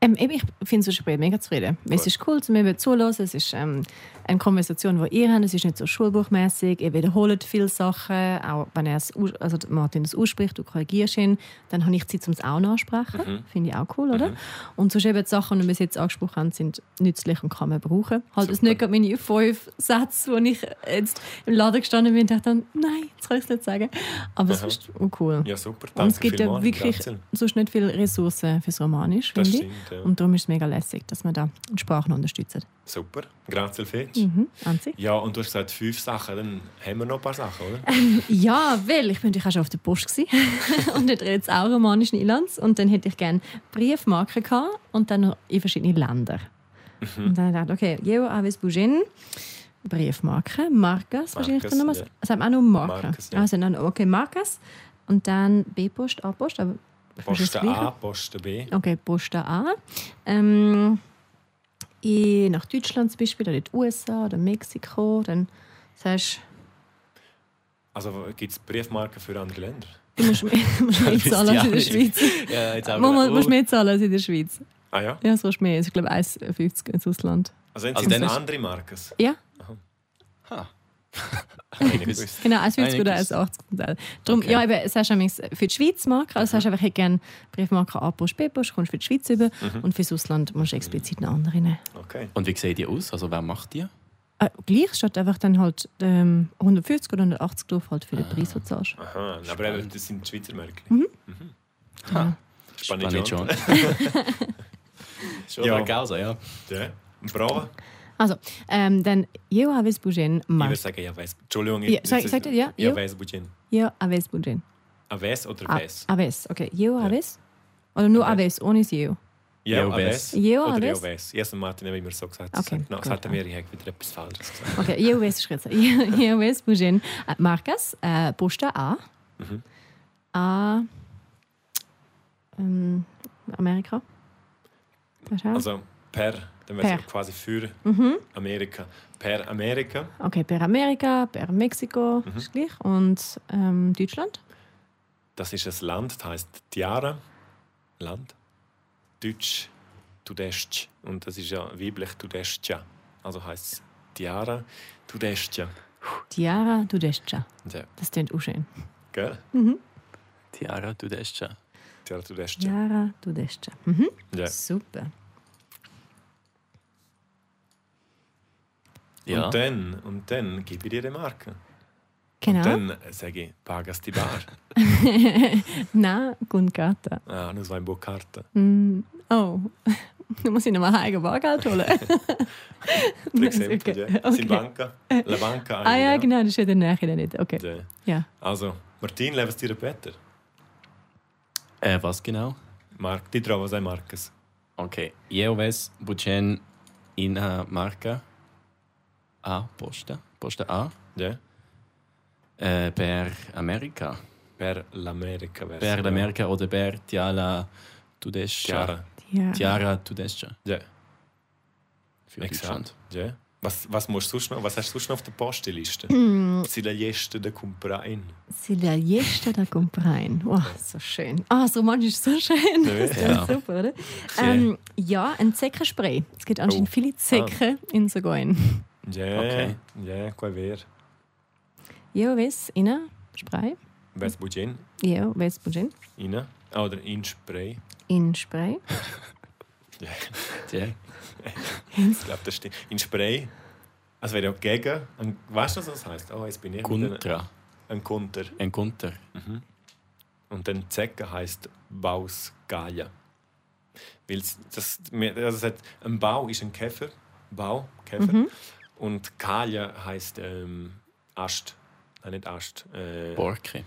C: Ähm, eben, ich finde es super, mega zufrieden. Es
A: Gut.
C: ist cool, zum eben zuhören. Es ist ähm, eine Konversation, die ihr habt. Es ist nicht so schulbuchmäßig. Ihr wiederholt viele Sachen. Auch wenn er es, aus- also Martin es ausspricht, du korrigierst ihn, dann habe ich Zeit, um es auch nachzusprechen.
A: Mhm.
C: Finde ich auch cool, oder? Und sonst eben die Sachen, die wir bis jetzt angesprochen haben, sind nützlich und kann man brauchen. Halt, es
A: Super.
C: nicht gerade meine fünf Sätze, die ich jetzt im Laden gestanden bin und dachte dann, nein, jetzt kann ich es nicht sagen. Aber es
A: Aha.
C: ist cool.
A: Ja, super. Danke
C: Und es gibt ja
A: vielmals,
C: wirklich
A: Grazie.
C: sonst nicht viele Ressourcen fürs Romanisch,
A: Das
C: finde ich.
A: stimmt, ja.
C: Und darum ist es mega lässig, dass man da die Sprachen unterstützt.
A: Super. Grazie, Fetsch.
C: Mhm, an sich.
A: Ja, und du hast gesagt, fünf Sachen, dann haben wir noch ein paar Sachen, oder?
C: Äh, Ja, weil ich bin natürlich auch schon auf der Post gewesen. und ich rede jetzt auch Romanisch in Irlands. Und dann hätte ich gerne Briefmarken gehabt und dann noch in verschiedene Länder.
A: Mhm.
C: Und dann dachte ich, okay, Jeo Aves Bugin, Briefmarke, Marcas, wahrscheinlich
A: Marcas,
C: dann nochmal.
A: ja.
C: Es haben auch nur Marken.
A: Marcas, ja.
C: Also dann, okay, Marcas. Und dann B-Post, A-Post. aber
A: Posten
C: wahrscheinlich das
A: A, Posten B.
C: Okay, Posta A. Ähm, in, nach Deutschland zum Beispiel, oder in die USA oder Mexiko. Dann sagst
A: Also gibt es Briefmarken für andere Länder?
C: du, du musst mehr, du musst mehr
D: Wisst ihr
C: zahlen als in der
D: auch nicht.
C: Schweiz.
D: Ja, jetzt
C: Du
D: auch
C: musst,
D: wieder.
C: musst mehr zahlen als in der Schweiz.
A: Ah ja?
C: Ja, so ist mehr. Es ist, glaube ich, 1,50 ins Ausland.
A: Also, sind
D: Also
A: es
D: dann ist-
A: andere Marken?
C: Ja,
D: Ha.
A: Einiges.
C: genau, 1,50 oder
D: Einiges.
C: 1,80 zum Teil. Darum,
D: Okay.
C: ja, eben, es hast du nämlich für die Schweiz Marke, also hast du einfach ich hätte gerne Briefmarke A, Post, B, Post, kommst für die Schweiz über
D: Mhm.
C: und fürs Ausland musst du explizit eine andere nehmen.
A: Okay.
D: Und wie sehen die aus? Also wer macht die?
C: Äh, gleich steht einfach dann halt ähm, 150 oder 180 drauf halt für den
D: Ah.
C: Preis, den du zahlst.
A: Aha, aber eben, das sind die Schweizer Märkte.
C: Mhm.
A: Mhm.
D: Ha.
A: Spanisch.
D: John. Schon
A: Ja.
D: ja. Gausa, ja.
A: Ja. Bravo.
C: Also, ähm, dann Io aves bugen
A: Ich würde
C: Mark.
A: sagen, ja, weiß. Entschuldigung.
C: Ja,
A: ich-
C: sag-
A: das-
C: sagt ihr, ja?
A: Ja,
C: Ja.
A: weiß, Budget.
C: Io aves bugen.
A: A weiß oder
C: A-
A: weiß?
C: Aves, okay. Io aves? Oder nur
A: Okay.
C: aves, ohne das Io.
A: Ja,
D: Ja,
A: a
D: weiss.
A: weiss.
C: Ja,
A: Oder
C: weiss.
A: ja, weiss. Yes, und Martin haben immer so gesagt.
C: Okay,
A: Nein, es
C: gut.
A: hat mir ich habe wieder etwas Falsches gesagt.
C: Okay, Io aves ist richtig. Io io aves bugen Marcas, äh, Posta A.
A: Mhm.
C: A. Ähm, Amerika. Wahrscheinlich.
A: Also per, dann wäre es
C: Per. Mhm.
A: quasi für Amerika. Per Amerika,
C: Okay, per Amerika, per Mexiko,
A: Mhm.
C: ist gleich. Und ähm, Deutschland.
A: das ist ein Land, das heisst Tiara. Land. Deutsch. du däscht. Und das ist ja weiblich, du däscht ja. Also heisst es Diara, du däscht ja.
C: Tiara Dudescha.
A: Ja,
C: Das klingt auch schön.
A: gell?
D: Tiara, du das schon.
A: Diara, du däscht ja.
C: Tiara Dudescha. Mhm.
A: ja.
C: Super.
D: Ja.
A: Und dann, und dann gebe ich dir die Marke. Und
C: Genau.
A: dann sage ich, pagas die Bar.
C: Na, Gunkata.
A: ah, non so in Bocarta.
C: Oh, du musst ihn nochmal heige Bargeld holen.
A: Per esempio,
C: okay.
A: ja.
C: Okay.
A: in banca. La banca.
C: Ah ja,
A: ja.
C: genau, das ist ja der Nachhinein nicht. Okay.
A: Ja.
C: Ja.
A: Also, Martin, lebst dir Peter?
D: Äh, was genau?
A: Mark, ti trovo sei Marcus.
D: Okay. Io ves bucen in a marca a posta, posta a
A: Ja.
D: eh, per America.
A: Per l'America. verso-
D: Per l'America o de per Tiala Tudescia.
A: Chiara.
C: Ja.
D: Tiara Tudescia.
A: Ja.
D: Für
A: Exakt.
D: Deutschland.
A: Ja. Was, was, musst du sonst noch, was hast du sonst noch auf der Posteliste?
C: Mm.
A: Sie da gestern, da kommt rein.
C: Silja Jeste, da kommt rein. Oh, so schön. Ah, so manch ist so schön. Das ist
D: Ja.
C: super, oder? Ähm, ja, ein Zeckenspray. Es gibt anscheinend
A: Oh.
C: viele Zecken in Sogoin.
A: Ja.
D: Okay.
A: Ja, qua wer.
C: Ja, wes, inne, Spray.
A: Wes Bugin?
C: Ja, wes, Bujin.
A: Inne? Ah, Oder in Spray?
C: In Spray.
D: Ja.
A: Ich glaube, das stimmt. In Spray. Also wäre ja gegen. Ein, weißt du, was das heißt? Oh, jetzt bin ich mit einem-
D: Contra.
A: ein Konter.
D: Ein Contra.
A: Und dann Zecke heißt Bausgaia. Weil es- das, mir- also es hat, ein Bau ist ein Käfer. Bau, Käfer. Und Gaia heißt ähm, Ast. Nein, nicht Ast. Äh,
D: Borke.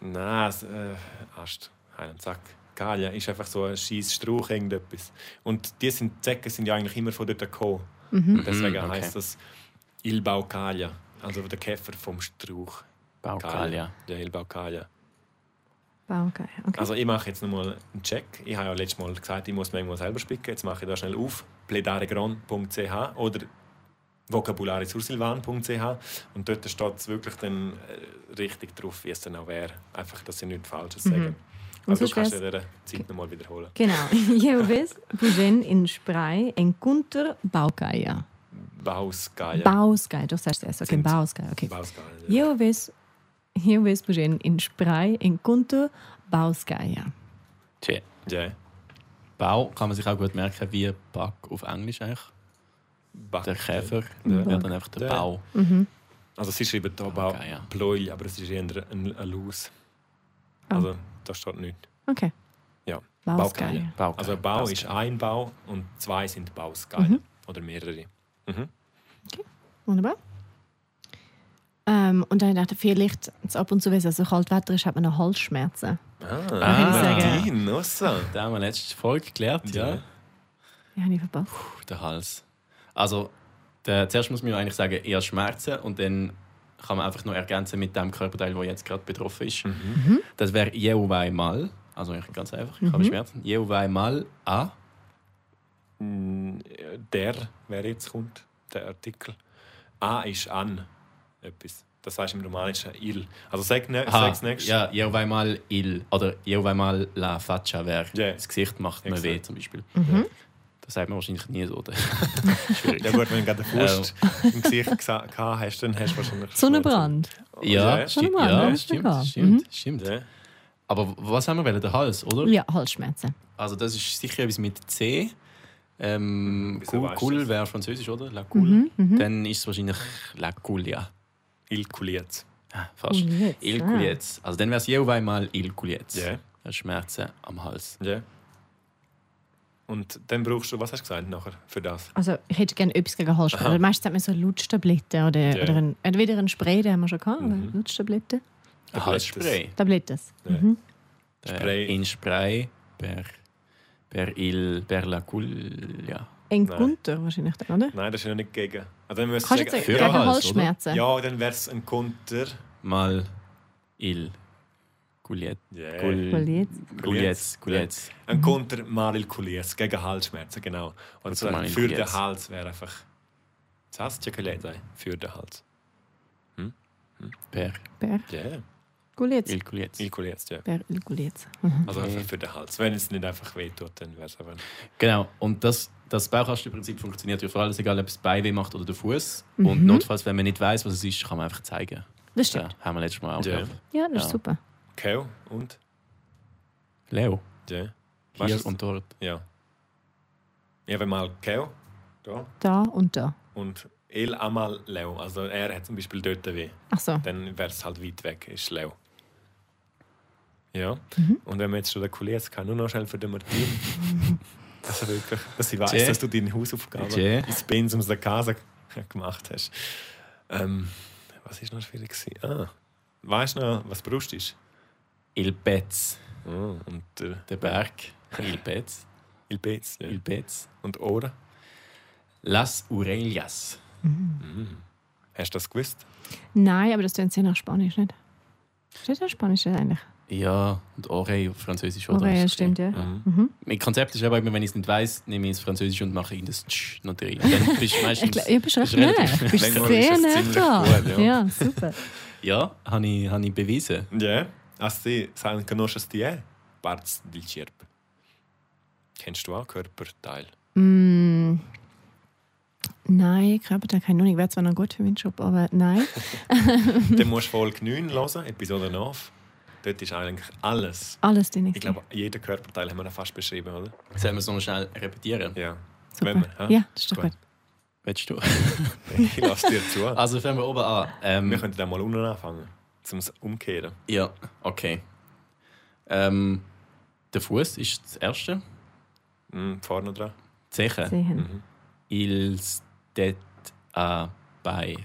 A: Nein, es- äh, Ast. Ein Zack. Gaia ist einfach so ein scheiß Strauch, irgendetwas. Und die sind, Zecken sind ja eigentlich immer von dort gekommen. Und Deswegen
D: Mhm, okay.
A: heißt das Il Baucalia, also der Käfer vom Strauch.
D: Baucalia.
A: Der Il Baucalia.
C: Wow, okay. okay.
A: Also ich mache jetzt nochmal einen Check. Ich habe ja letztes Mal gesagt, ich muss manchmal selber spicken. Jetzt mache ich da schnell auf. pledaregron.ch oder vokabularissursilvan.ch und dort steht es wirklich dann äh, richtig drauf, wie es dann auch wäre. Einfach, dass ich nichts Falsches sage.
C: Mhm. Und
A: Also du
C: sonst
A: kannst
C: wär's-
A: ja dieser Zeit nochmal wiederholen.
C: Genau. Ja, wes, Bujin in Spray, ein Kunter Baugeier.
A: Bausgaia.
C: Bausgeil, du sagst erst, okay,
A: Sind-
C: Bausgeil, okay.
A: Bausgaia. Ja.
C: Hier wes, hier wes Bujin in Spray, ein Kunter Bausgeier.
D: Ja.
A: Ja.
D: Bau kann man sich auch gut merken wie Back auf Englisch eigentlich.
A: Ba-
D: Der Käfer
A: Ja.
D: wird dann einfach der
A: Ja.
D: Bau.
A: Also sie schreiben da Bau
D: Bausgaia.
A: Pleuel, aber es ist eher ein, ein Laus.
C: Ah.
A: Also da steht nichts.
C: Okay.
A: Ja.
C: Bausgeier.
D: Bau
A: Also ein Bau ist ein Bau und zwei sind Bausgeile oder mehrere.
C: Wunderbar. Ähm, und dann dachte ich, vielleicht, jetzt ab und zu, wenn es so kalt Wetter ist, hat man noch Halsschmerzen.
A: Ah,
C: ich sagen.
A: Martin, also.
D: Das haben wir letzte Folge gelernt, ja.
A: Ja.
C: Ja, habe ich verpasst.
D: Puh, der Hals. Also, der, zuerst muss man ja eigentlich sagen, eher Schmerzen und dann kann man einfach nur ergänzen mit dem Körperteil, der jetzt gerade betroffen ist.
A: Mhm.
C: Mhm.
D: Das wäre jeweils mal, also eigentlich ganz einfach, ich habe Schmerzen, jeweils mal a
A: Der, wer jetzt kommt, der Artikel. A ist an etwas. Das heißt im Romanischen il. Also sag ne, sag's nächstes.
D: Ja, jeweils mal il oder jeweils mal la faccia wäre.
A: Ja.
D: Das Gesicht macht mir
A: Exakt.
D: weh zum Beispiel.
C: Mhm.
D: Das sagt man wahrscheinlich nie so. oder? Schwierig.
A: Ja gut, wenn du gerade den Fuß im Gesicht gesa- gehabt hast, dann hast du wahrscheinlich...
C: Sonnenbrand.
D: Ja,
A: Oh, Ja.
D: stimmt,
C: Warte mal, Mhm.
D: ja,
C: das ist
D: stimmt,
C: egal.
D: stimmt, stimmt.
A: Ja.
D: Aber w- was haben wir wollen? Der Hals, oder?
C: Ja, Halsschmerzen.
D: Also das ist sicher etwas mit C. Ähm,
A: Mhm. Wieso
D: cool
A: weißt du
D: cool
A: das?
D: wäre französisch, oder? La cool. Dann ist es wahrscheinlich La Culia.
A: Il kuliert.
D: Ah, fast.
C: Couliez,
D: Il
C: ah.
D: Culiez. Also dann wäre es jeweils mal Il Culiez.
A: Ja.
D: Schmerzen am Hals.
A: Ja. Und dann brauchst du, was hast du gesagt nachher für das?
C: Also, ich hätte gerne etwas gegen Halsschmerzen. Weil Meistens hat man so Lutschtabletten oder,
A: Ja.
C: oder ein, entweder einen Spray, den haben wir schon gehabt, aber Lutschtabletten.
A: Tablettes.
D: Halsspray.
C: Tabletten.
A: Ja.
D: Äh,
A: Spray.
D: In Spray per, per Il per La Culia.
C: Ein
A: Nein.
C: Gunter wahrscheinlich dann, oder?
A: Nein, das ist ja nicht gegen. Also dann müsst
C: Kannst du jetzt sagen,
D: Für
C: gegen
D: Hals, oder?
C: Halsschmerzen?
A: Ja, dann wäre es ein Konter.
D: Mal Il Culiez.
A: Yeah.
C: Couliez.
D: Culiez. Culiez.
C: Mhm.
A: Ein Konter mal il Kulies, gegen Halsschmerzen, genau. Oder so
D: Mal il
A: für den
D: Kulies.
A: Hals wäre einfach. Das heißt ja Kulies, für den Hals.
D: Per
C: Per
A: Ja.
C: Gulietz.
D: Ilko jetzt.
A: Ich jetzt, ja.
C: Wer Il Gulietz?
A: Also einfach für den Hals. Wenn es nicht einfach wehtut, dann wäre es aber.
D: Genau, und das, das Bauchkastenprinzip funktioniert ja vor allem, egal ob es Beinweh macht oder der Fuß. Und
C: Mhm.
D: notfalls, wenn man nicht weiß, was es ist, kann man einfach zeigen.
C: Das
D: Ja,
C: stimmt.
D: haben wir letztes Mal auch
A: Ja.
D: gehabt.
C: Ja, das ist
D: Ja.
C: super.
A: Okay, und?
D: Leo,
A: Ja. Weißt
D: hier
A: du-
D: und dort.
A: Ja. Ich habe mal Keo, da,
C: Da und da.
A: und El Amal Leo. Also er hat zum Beispiel dort weh.
C: Ach so.
A: Dann wäre es halt weit weg, ist Leo. Ja. Und wenn wir jetzt schon den Kuliers kann, nur noch schnell für den Martin. dass er wirklich, dass ich weiß,
D: Jay.
A: dass du deine Hausaufgaben
D: Jay.
A: ins Pensum der Casa gemacht hast. Ähm, was ist noch schwierig? gewesen? Ah, weißt du noch, was Brust ist?
D: Il Betz,
A: Oh, und der
D: der Berg. Il Betz,
A: Il Pez, ja.
D: Il Betz.
A: Und Ohren?
D: Las Aurelias.
A: Hast du das gewusst?
C: Nein, aber das tönt sehr nach Spanisch, nicht? Steht das Spanisch nicht eigentlich?
D: Ja, und Orey auf Französisch. oder?
C: Okay, ja, stimmt, ja.
D: Mein Konzept ist aber, immer, wenn ich es nicht weiß, nehme ich es Französisch und mache in das Tsch noch drin. Dann bist du
C: Ich
D: meistens.
C: glaub, ihr bist recht nah.
D: relativ-
C: Du bist
A: Manchmal
C: sehr
A: ist das
C: nah
A: ziemlich
C: dran.
A: gut, ja.
C: Ja, super.
D: Ja, habe ich, habe ich bewiesen.
A: Ja. Asti, sein Kanoschas die eh? Parts del Cierp. Kennst du auch Körperteil?
C: Mm. Nein, Körperteil keine Ahnung. Wäre zwar noch gut für meinen Job, aber nein.
A: Dann musst du Folge 9 hören, Episode 9. Dort ist eigentlich alles.
C: Alles drin.
A: Ich glaube, jeder Körperteil haben wir noch fast beschrieben, oder?
D: Sollen wir es noch schnell repetieren?
A: Ja.
C: super.
A: wenn wir- hä?
C: ja, das ist doch
A: Gut.
C: gut.
D: Willst du?
A: Ich lasse dir zu.
D: Also fangen wir oben an.
A: Wir
D: Ähm,
A: könnten dann mal unten anfangen, um es umkehren.
D: ja, okay. Ähm, der Fuß ist das erste.
A: Mhm, vorne dran.
D: Zeche.
C: Sehen.
D: Ils det a bei.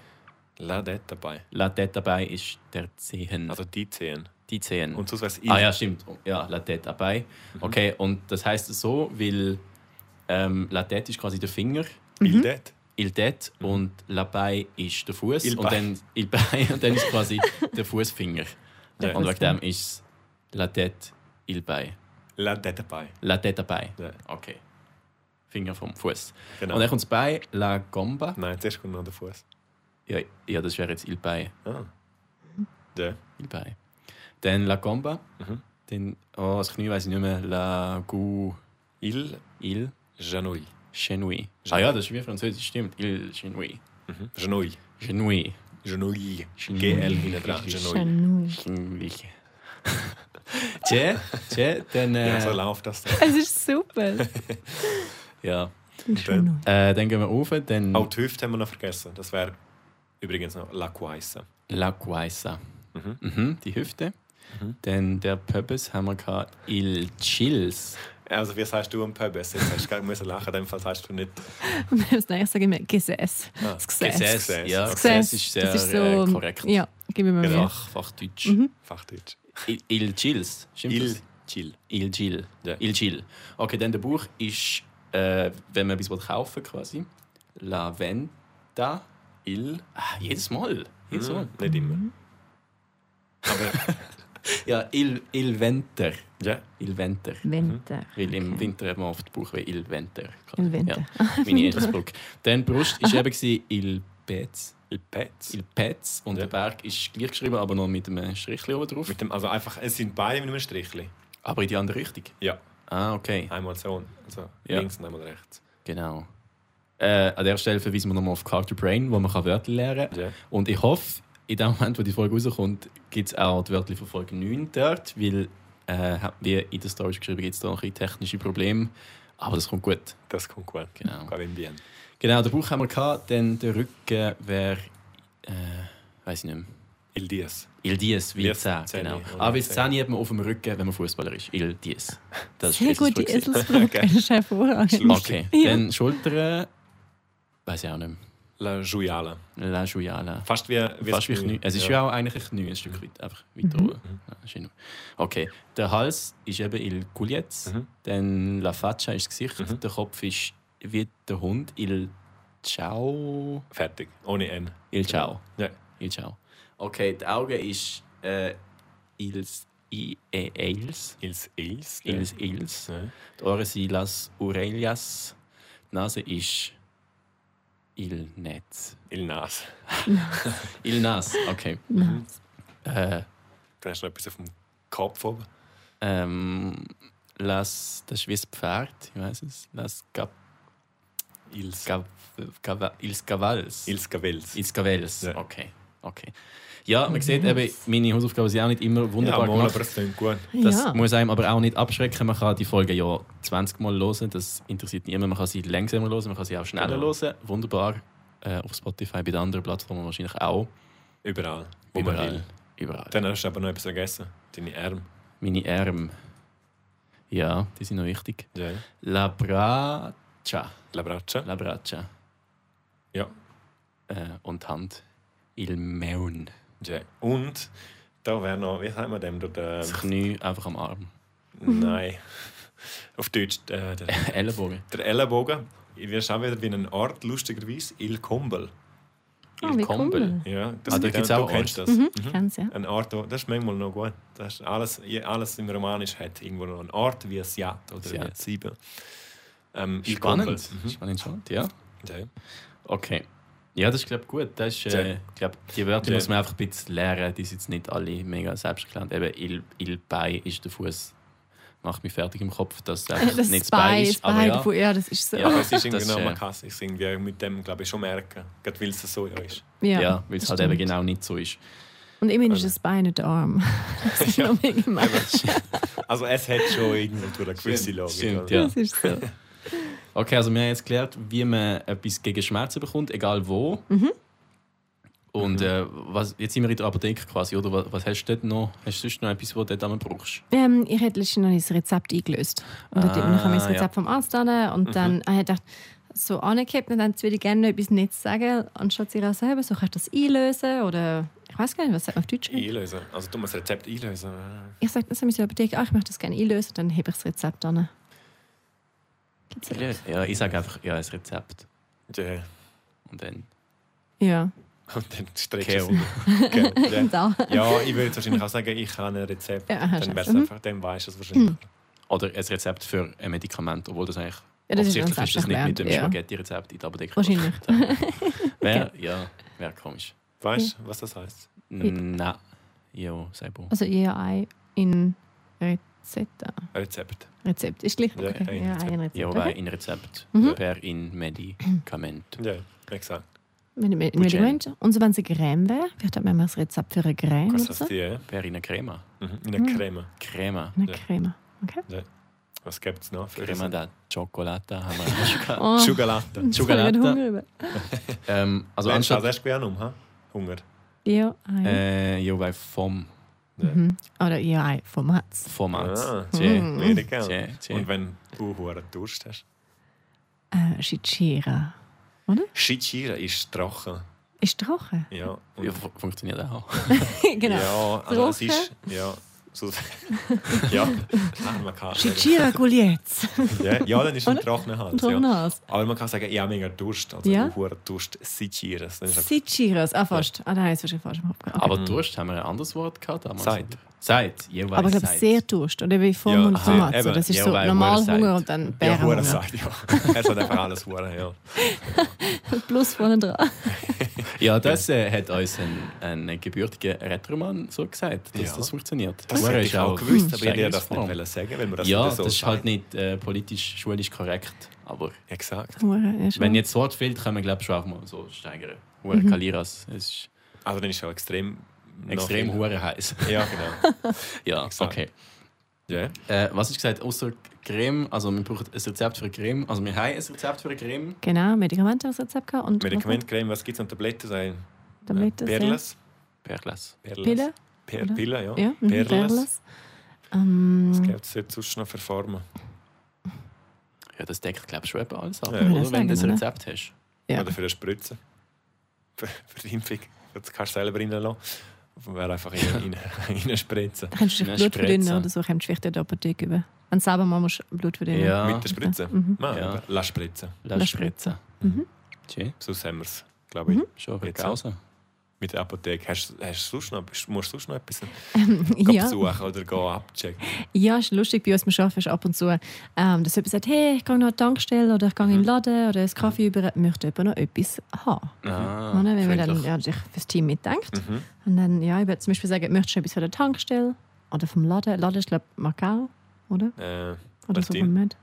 A: La dort dabei.
D: La det a bei ist der Zehen.
A: Also die Zehen.
D: die Zehen.
A: Und Mhm. sonst weiss ich.
D: ah ja, stimmt. Ja, la det a bei. Okay, und das heißt es so, weil ähm, la det ist quasi der Finger.
C: Mhm.
A: Bill dort.
D: Il det und la bei ist der Fuß
A: Mhm. Il
D: und
A: bei.
D: dann il bei und dann ist quasi der Fußfinger.
A: Ja.
D: Und wegen dem ist es la det il bei.
A: La dort dabei.
D: La tête dabei.
A: Ja.
D: Okay. Finger vom Fuß.
A: Genau.
D: Und dann kommt das Bein, la gomba.
A: Nein, zuerst kommt noch der Fuß.
D: Ja, ja das wäre jetzt il Bein.
A: Ah.
C: Mhm.
A: Ja.
D: Il Bein. Dann la gomba.
A: Mhm.
D: Dann, oh, das Knie weiß ich nicht mehr. La gu,
A: Il
D: il,
A: Janouille.
D: genouille. Ah ja, das ist wie französisch, stimmt. Il genouille.
A: Mhm. Genouille.
D: Genouille.
A: Genouille.
D: Genouille.
A: GL hinten dran. Genouille.
C: Schön.
D: Genouille. Tje, tje, dann,
A: Ja, so
D: äh,
A: läuft das.
C: Es ist super.
D: ja.
C: Schön.
D: Äh, dann gehen wir rauf, dann
A: Auch die Hüfte haben wir noch vergessen. Das wäre übrigens noch La Quaisa.
D: la guaisa.
A: Mhm.
D: Mhm, die Hüfte. Dann der Purpose haben wir gehabt, il chills.
A: Also, wie sagst du am Pöbes? Jetzt hast du gerade müssen lachen, in dem Fall sagst du nicht.
C: Und das nächste sage ich mir Gesäß.
A: Ah,
C: Das Gesäß.
A: Gesäß, ja.
D: Ja,
A: Das
D: Gesäß ist sehr äh, korrekt.
C: Ja, gib mir mal
A: Genau.
C: mehr.
D: Fach, Fachdeutsch.
A: Fachdeutsch.
D: Il- Il Gilles. Stimmt
A: Il
D: das?
A: Chill.
D: Il Gil.
A: Ja.
D: Il Gil. Okay, dann der Buch ist, äh, wenn man etwas will kaufen quasi, La Venta. Il. Ah, jedes Mal. Jedes Mal.
A: Mhm. Nicht
D: Mhm.
A: immer.
D: Ja, Il, il Venter.
A: Ja.
D: Il Venter.
C: Winter.
D: Weil im Winter hat man oft Buchweh Il Venter.
C: Il Venter.
D: Ja, meine Eselsbrücke. Dann Brust ist eben gewesen, Il Petz.
A: Il Pets.
D: Il Petz. Und der Berg ist gleich geschrieben, aber noch mit einem Strichchen oben drauf.
A: Mit dem, also einfach, es sind beide mit einem Strichli.
D: Aber in die andere Richtung.
A: Ja.
D: Ah, okay.
A: Einmal so und also
D: Ja.
A: links und einmal rechts.
D: Genau. Äh, an der Stelle verweisen wir nochmal auf Card to Brain, wo man kann Wörter lernen kann.
A: Ja.
D: Und ich hoffe, in dem Moment, wo die Folge rauskommt, gibt es auch die Wörter von Folge 9 dort, weil, äh, wie in der Story geschrieben, gibt es da noch ein bisschen technische Probleme. Aber das kommt gut.
A: Das kommt gut.
D: Genau.
A: Gar in Bien.
D: Genau, den Bauch haben wir gehabt, dann der Rücken wäre. Äh, weiß ich nicht mehr.
A: Il Dies.
D: Il Dies, wie
A: Lies-
D: Zähne,
A: Zähne,
D: genau.
A: oder
D: Aber weil
A: Zähne.
D: Zähne hat man auf dem Rücken, wenn man Fußballer ist. Il Dies. Das ist
C: Sehr gut, die
D: Eselsbrücke.
C: Eselsbrücke. Das ist hervorragend.
D: Okay,
C: Ja.
D: dann Schultern. Weiß ich auch nicht mehr.
A: La Joyala.
D: La Joyala.
A: Fast wie, wie
D: Fast wie Knie. Es ist ja auch eigentlich ein Knie, ein Stück weit, einfach weiter
C: Mhm.
D: oben. Ja, ist ja nur- Okay, der Hals ist eben il Gulietz,
A: Mhm.
D: dann la Faccia ist das Gesicht, der Kopf ist wie der Hund, il Ciao.
A: Fertig. Ohne N.
D: Il Ciao.
A: Ja.
D: Il Ciao. Okay, die Augen ist äh, ils i e eils.
A: Ils Ils.
D: Ils ils.
A: Ja.
D: Die Ohren sind las Aurelias. Die Nase ist il Netz.
A: Il Nas.
D: Il Nas, okay.
C: Nice.
D: Äh,
A: Dann hast du noch etwas auf dem Kopf oben.
D: Ähm, las, das ist wie ein Pferd, ich weiß es. Las Gab,
A: Ils,
D: Gab, Gava- Ils Gavals.
A: Ils Gavels.
D: Ils Gavels,
A: Ja.
D: okay. okay. Ja, man sieht eben, meine Hausaufgaben sind auch nicht immer
A: Ja,
D: wunderbar
A: mal, aber
D: gemacht.
A: es klingt gut.
D: Das
C: ja.
D: muss einem aber auch nicht abschrecken. Man kann die Folge ja 20 Mal hören, das interessiert niemanden. Man kann sie langsamer hören, man kann sie auch schneller
A: Genau.
D: hören. Wunderbar. Äh, auf Spotify, bei den anderen Plattformen wahrscheinlich auch.
A: Überall, wo man will.
D: Überall.
A: Dann hast du aber noch etwas vergessen. Deine Arme.
D: Meine Arme. Ja, die sind noch wichtig.
A: Ja.
D: La Braccia.
A: La Braccia.
D: La Braccia.
A: Ja.
D: Äh, und Hand. Il Meun.
A: ja. Und da wäre noch, wie sagt man dem? Der,
D: Das Knie einfach am Arm.
A: nein. Auf Deutsch, äh, der,
D: Ellenbogen.
A: der Ellenbogen. Ich wirst auch wieder wie einen Ort, lustigerweise, Il Combel.
C: Ah,
D: Il
C: wie
D: Combel.
A: Ja, das
D: Ah, da gibt's auch
A: du kennst das.
C: Mhm, ich kenn's, ja.
A: Ein Ort, wo- das ist manchmal noch gut. Das ist alles, je- alles im Romanisch hat irgendwo noch einen Ort wie Siat oder wie
D: Siat.
A: Sieben. Ähm, Il Combel.
D: Spannend. Mhm. Spannend, spannend, ja.
A: Ja.
D: Okay. Ja, das ist, glaube ich, gut. Das ist, äh,
A: Ja.
D: glaub, die Wörter
A: Ja.
D: muss man einfach ein bisschen lernen. Die sind jetzt nicht alle mega selbsterklärend. Eben, il, il Bei ist der Fuß. Macht mich fertig im Kopf, dass es einfach
C: Das
D: nicht
C: Spy,
D: das Bein ist. Aber
C: Spy,
D: ja,
C: davon- ja, das ist so.
D: Ja.
A: Aber es ist irgendwie
D: Das,
A: noch
D: äh,
A: mal krass. Ich irgendwie mit dem, glaube ich, schon merken. Gerade weil es so ja ist.
D: ja, weil es
C: das
D: halt Also. eben
C: stimmt.
D: genau nicht so ist.
C: Und immerhin ist das Bein nicht der Arm. Das ist
A: Ja.
C: noch mehr gemacht.
A: Also es hat schon irgendwo durch eine gewisse
D: Stimmt,
A: Logik.
D: stimmt,
A: oder?
D: ja.
C: Das ist so.
D: Okay, also wir haben jetzt gelernt, wie man etwas gegen Schmerzen bekommt, egal wo.
C: Mhm.
D: Und äh, was, jetzt sind wir in der Apotheke quasi, oder? Was, was hast du dort noch? Hast du sonst noch etwas, was du dort einmal brauchst?
C: Ähm, ich hätte letztens noch ein Rezept eingelöst. Und dann
D: Ah,
C: ah, kam das Rezept
D: ja. Mhm.
C: vom Arzt an und dann habe ich gedacht, so angekippt und dann würde ich gerne noch etwas Nettes sagen, anstatt sie auch selber. So kannst du das einlösen oder ich weiß gar nicht, was sagt man auf Deutsch?
A: Einlösen. Also du musst das Rezept einlösen.
C: Ich sage, das habe ich in der Apotheke, ah, ich möchte das gerne einlösen, dann hebe ich das Rezept an. Gibt's ja.
D: Ja, ich sage einfach, ja, ein Rezept.
A: Ja.
D: Und dann
C: Ja,
A: Und dann streckst
D: Keo.
A: du es. Keo, ja.
C: da.
A: Ja, ich würde wahrscheinlich auch sagen, ich habe ein Rezept.
C: Ja, hast
A: dann
C: du.
A: wär's
C: Mhm.
A: einfach, dann weißt du es wahrscheinlich.
D: Oder ein Rezept für ein Medikament, obwohl das eigentlich
C: Ja, das ist
D: offensichtlich
C: ganz
D: ist das nicht mit dem
C: selbsterklärend, ja.
D: Spaghetti-Rezept in der Apotheke.
C: Wahrscheinlich.
D: Wär, Ja, wäre komisch.
A: Weißt du, was das heißt?
D: Na, ja, sei bon.
C: Also ihr Ei in Rezepta.
A: Rezept.
C: Rezept ist gleich.
A: Ja,
C: Okay. E
A: ein
C: Ja,
A: Rezept.
C: ein
D: Ja,
C: Rezept.
D: wär
C: Okay.
D: in Rezept.
C: Mhm.
D: Per in Medikament.
A: Ja, exakt.
C: Mit, mit, mit
D: Budget.
C: Medikament. Und so, wenn es eine Creme wäre, vielleicht hat man mal ein Rezept für eine Creme.
A: Was
C: Oder
A: heißt
C: so.
A: die? ja?
D: Per in eine Crema.
A: Mhm. In einer Creme.
D: Crema.
C: Eine
A: Ja.
C: Creme. Okay.
A: Was gibt es noch? Für
D: Crema da Chocolata haben wir auch schon gehabt.
C: Oh,
A: Sugar Latte.
C: jetzt habe ich gerade
D: Schokolade.
C: Hunger über.
D: ähm,
A: Also
D: Also
A: anstatt...
D: anstatt
A: Das hast du ja noch, ha? Hunger.
C: Ihr Ei.
D: äh, ja, bei vom
C: E Mhm. Oder ihr Ei vom Hatz.
D: Format.
A: Ah,
D: Tje,
C: Mhm.
A: Mehr gell?
D: tje, tje.
A: Und wenn du hohen Durst hast.
C: Äh, Shichira.
A: Shichira ist trocken.
C: Ist trocken.
A: Ja.
D: Ja, fu- funktioniert auch.
C: genau.
A: Ja, also es
C: Trocken.
A: ist. Ja, so, ja, klar, man kann sagen.
C: Shichira Gulietz.
A: Ja, ja, dann ist es ein trockener Hals. Ja.
C: Trockenas.
A: Aber man kann sagen, ich habe mega Durst. Also,
C: Ja.
A: ja. hoher Durst, Sichiras. Dann ist
C: Sichiras. Ah, fast. Ah, nein, jetzt hast du fast im Kopf gehabt.
D: Aber Durst haben wir ein anderes Wort gehabt damals.
A: Zeit.
D: Zeit. Ja,
C: Aber ich glaube,
D: Zeit.
C: sehr Durst. Oder wie vom
A: Ja,
C: und vom
A: sehr,
C: Hatz.
A: eben.
C: Das ist
D: Ja,
C: so
D: weil
C: normal
D: Huren
C: Hunger
D: sagt.
C: und dann
A: ja, hoher
C: Bärenhunger.
A: sagt, ja. Er sagt einfach alles hoher, ja.
C: Plus vorne dran.
D: Ja, das äh, hat uns ein, ein gebürtiger Retroman so gesagt, dass
A: Ja.
D: das funktioniert.
A: Das
D: Huere
A: hätte
D: ist
A: ich auch gewusst, aber ich hätte das nicht wollen sagen, wenn man das
D: Ja,
A: nicht so
D: das ist
A: sagt.
D: halt nicht äh, politisch, schulisch korrekt. Aber
A: Exakt.
C: Huren, ja, schon.
D: wenn jetzt das Wort fehlt, können wir, glaube ich, schon auch mal so steigern. Hure
A: Mhm.
D: Kaliras. Es ist
A: Also, dann ist es auch extrem.
D: extrem
A: noch-
D: hure heiß.
A: Ja, genau.
D: ja,
A: Exakt.
D: okay.
A: Ja.
D: Äh, was ist gesagt, außer Creme, also wir brauchen ein Rezept für eine Creme. Also wir haben ein Rezept für eine Creme.
C: Genau, Medikamente als Rezept gehabt. Und
A: Medikamentcreme, was gibt es an Tabletten? Sein?
C: was noch? Damit das
A: Perles.
D: Perlas.
A: Perles.
C: Pille.
A: Per
C: oder?
A: Pille, ja.
C: Ja, mhm,
A: Perles.
C: Perles. Ähm,
A: Was gibt es jetzt sonst noch für Formen?
D: Ja, das deckt, glaube ich, schon eben alles ab.
A: Ja.
D: Oder
C: Ja,
D: wenn du ein
C: sagen wir, ne?
D: Rezept hast.
C: Ja.
A: Oder für eine Spritze. Für, für die Impfung. Das kannst du selber reinlassen. Wäre einfach in, in, in eine Spritze.
C: kannst du
D: Eine
C: dich Blut verdünnen
D: Spritze.
C: oder so, kommst du vielleicht in der Apotheke über. Wenn du selber mal musst Blut verdünnen.
D: Ja.
A: Mit der Spritze.
C: Mhm.
A: Nein,
D: Ja.
A: aber lass spritzen. Mhm.
D: La
C: La
D: Spritze. Tschö.
A: Sonst haben wir es, glaube ich.
C: Mhm.
D: Schon
A: Jetzt,
D: Jetzt Pause.
A: mit der Apotheke? Hast, hast du sonst noch, musst du sonst noch etwas
C: ja.
A: besuchen oder gehen abchecken?
C: Ja, ist lustig bei uns, wir arbeiten ist ab und zu, ähm, dass jemand sagt, hey, ich gehe noch an die Tankstelle oder ich gehe in
D: Mhm.
C: den Laden oder einen Kaffee über, möchte jemand noch etwas haben.
D: Ah,
C: Ah, wenn man dann
D: freundlich.
C: ja, sich fürs Team mitdenkt.
A: Mhm.
C: Und dann, ja, ich würde zum Beispiel sagen, möchtest du etwas von der Tankstelle oder vom Laden? Laden ist, glaube ich, Macau, oder?
A: Äh,
C: Oder
A: Was
C: so
A: denn?
C: Moment.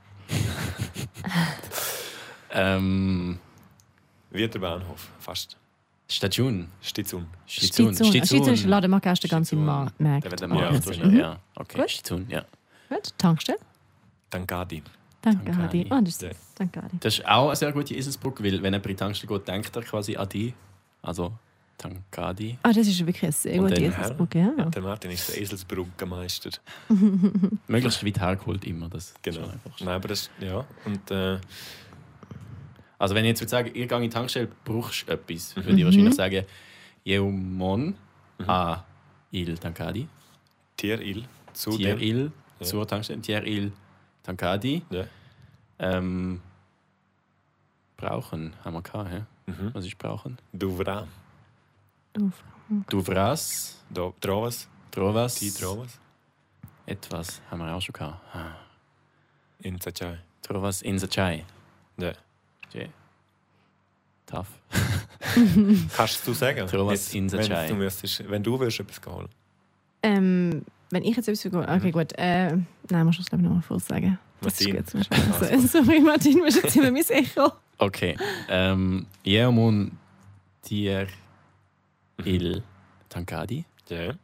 D: ähm,
A: Wieder Bahnhof, fast. um.
D: Station.
A: Stizun.
D: Station.
C: Stizun. Ah, Stizun ist Laden Macau, ist der ganze
D: Stizun.
C: Ma-
D: Der
C: Markt.
D: wird der
A: Ja,
D: Markt,
A: das
D: oder?
C: ist-
D: ja. Okay,
C: Mhm. Gut.
D: Station, ja.
C: Mhm. Gut, Tankstelle.
A: Tangadi.
C: Danke,
D: Danke,
C: Adi.
D: Adi.
C: Oh, das
A: Ja.
C: ist, danke, Adi.
D: Das ist auch eine sehr gute Eselsbrücke, weil wenn er bei der Tankstelle geht, denkt er quasi an die. Also Tankadi.
C: Ah, das ist wirklich eine sehr
D: Und
C: gute
D: dann-
C: Eselsbrücke, ja.
A: Der Martin ist der Eselsbrückenmeister.
D: Möglichst weit hergeholt immer. Das ist
A: Genau.
D: schon einfach.
A: Nein, aber das, ja. Und äh,
D: Also wenn ich jetzt würde sagen, ihr geht in die Tankstelle, brauchst du etwas, würde ich wahrscheinlich sagen, Jeumon a il Tankadi.
A: Tieril zu
D: Tier
A: dem.
D: il
A: Ja.
D: zur Tankstelle. Tier il Tankadi.
A: Ja.
D: Ähm, brauchen haben wir gehabt, hä?
A: Mhm.
D: Was ist brauchen?
A: Duvra.
C: Uff.
D: Du vras,
A: Do- Drovas.
D: trovas,
A: Die Drovas.
D: etwas haben wir auch schon gehabt. Ah.
A: In Zachai.
D: Trovas in the chai.
A: Ja.
D: Jay. Tough.
A: Kannst du sagen?
D: Trovas
A: jetzt,
D: in the
A: wenn,
D: Chai.
A: du müsstest, wenn du würdest etwas holen.
C: Ähm, wenn ich jetzt etwas vergehe. Okay, gut. Äh, nein, musst du es, glaube ich, nochmal vorsagen. Das
A: Martin.
C: ist gut. Also, sorry, Martin, du bist jetzt immer mein Echo.
D: Okay. Ähm, Jeumon Tier Il Tankadi.
A: Ja.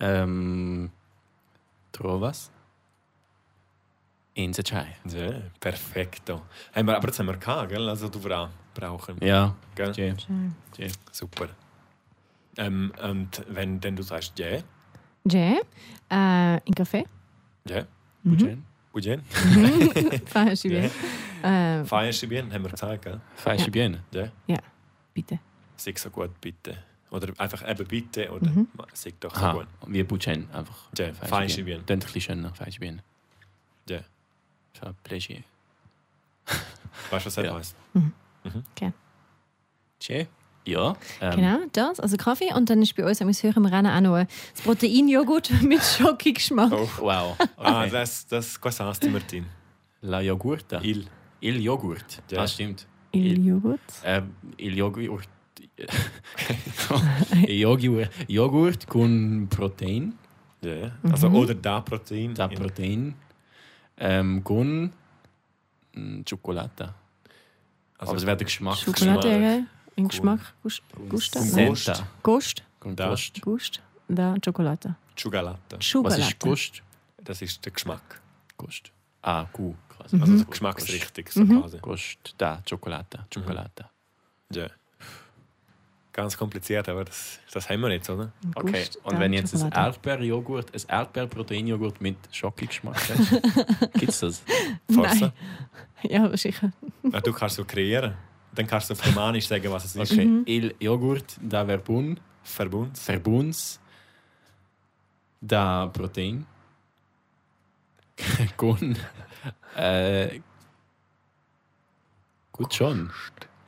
D: Ähm, trovas in the chai.
A: Ja. Perfekto. Haben wir, aber jetzt haben wir gehabt, gell? Also Duvra brauchen.
D: Ja,
A: Gell?
D: Jay.
A: Super. Ähm, und wenn denn du sagst, ja,
C: Jay, äh, in Kaffee.
A: ja,
D: Mhm.
A: Ujen,
C: Feierst du
A: Ja.
C: yeah. äh,
A: feierst du bien, haben wir gesagt, gell?
D: Feierst du bien?
A: Ja.
C: Bitte.
A: Sei so gut, bitte. Oder einfach eben bitte, oder
C: Mhm.
A: sei doch so
D: Aha,
A: gut.
D: wie Buchen einfach.
A: Ja, feierst du bien.
D: Dann ein bisschen schöner, feierst du bien.
A: Ja.
D: Fa plaisir.
A: Weißt du, was das
D: Ja.
A: heisst?
D: Jay? Ja. ähm,
C: Genau, das, also Kaffee. Und dann ist bei uns, wenn wir es hören, im Rennen auch noch ein- das Proteinjoghurt mit Schokigeschmack.
A: Oh.
D: Wow.
A: Ah,
D: Okay.
A: das, das, was heißt die Martin?
D: La Jogurta.
A: Il.
D: Il Joghurt.
A: Ja.
D: Das stimmt.
C: Joghurt.
D: Ähm, il Joghurt. Joghurt, Joghurt con Protein.
A: Ja. Also, oder da Protein.
D: Da Protein. Ähm, con mm, Schokolade.
A: Also,
D: Aber es wäre der Geschmack.
C: Schokolade,
A: Geschmack.
C: ja. In Geschmack. Gust. Gust.
A: Gust.
C: Nein.
A: Gust.
D: Senta.
C: Gust.
D: Con
A: Da.
D: Gust.
C: Gust. Da, Schokolade.
A: Chugalata.
D: Was
C: Schokolade.
D: ist Gust?
A: Das ist der Geschmack.
D: Gust. Ah, Q quasi.
A: Also, das
D: Gust.
A: Geschmacksrichtung, so
D: Mhm.
A: quasi.
D: Gust, da, Schokolade, Schokolade.
A: Ja. Ganz kompliziert, aber das, das haben wir jetzt, oder?
D: Okay,
C: Gust,
D: und
C: da,
D: wenn jetzt ein
C: Schokolade.
D: Erdbeerjoghurt, ein Erdbeerproteinjoghurt mit Schokogeschmack hast, gibt's das?
A: Farsa.
C: Ja, aber sicher.
A: Ah, du kannst so kreieren. Dann kannst du auf Romanisch sagen, was es ist.
D: Okay, il Joghurt da Verbund,
A: Verbund.
D: Verbunds da Protein con äh, gut schon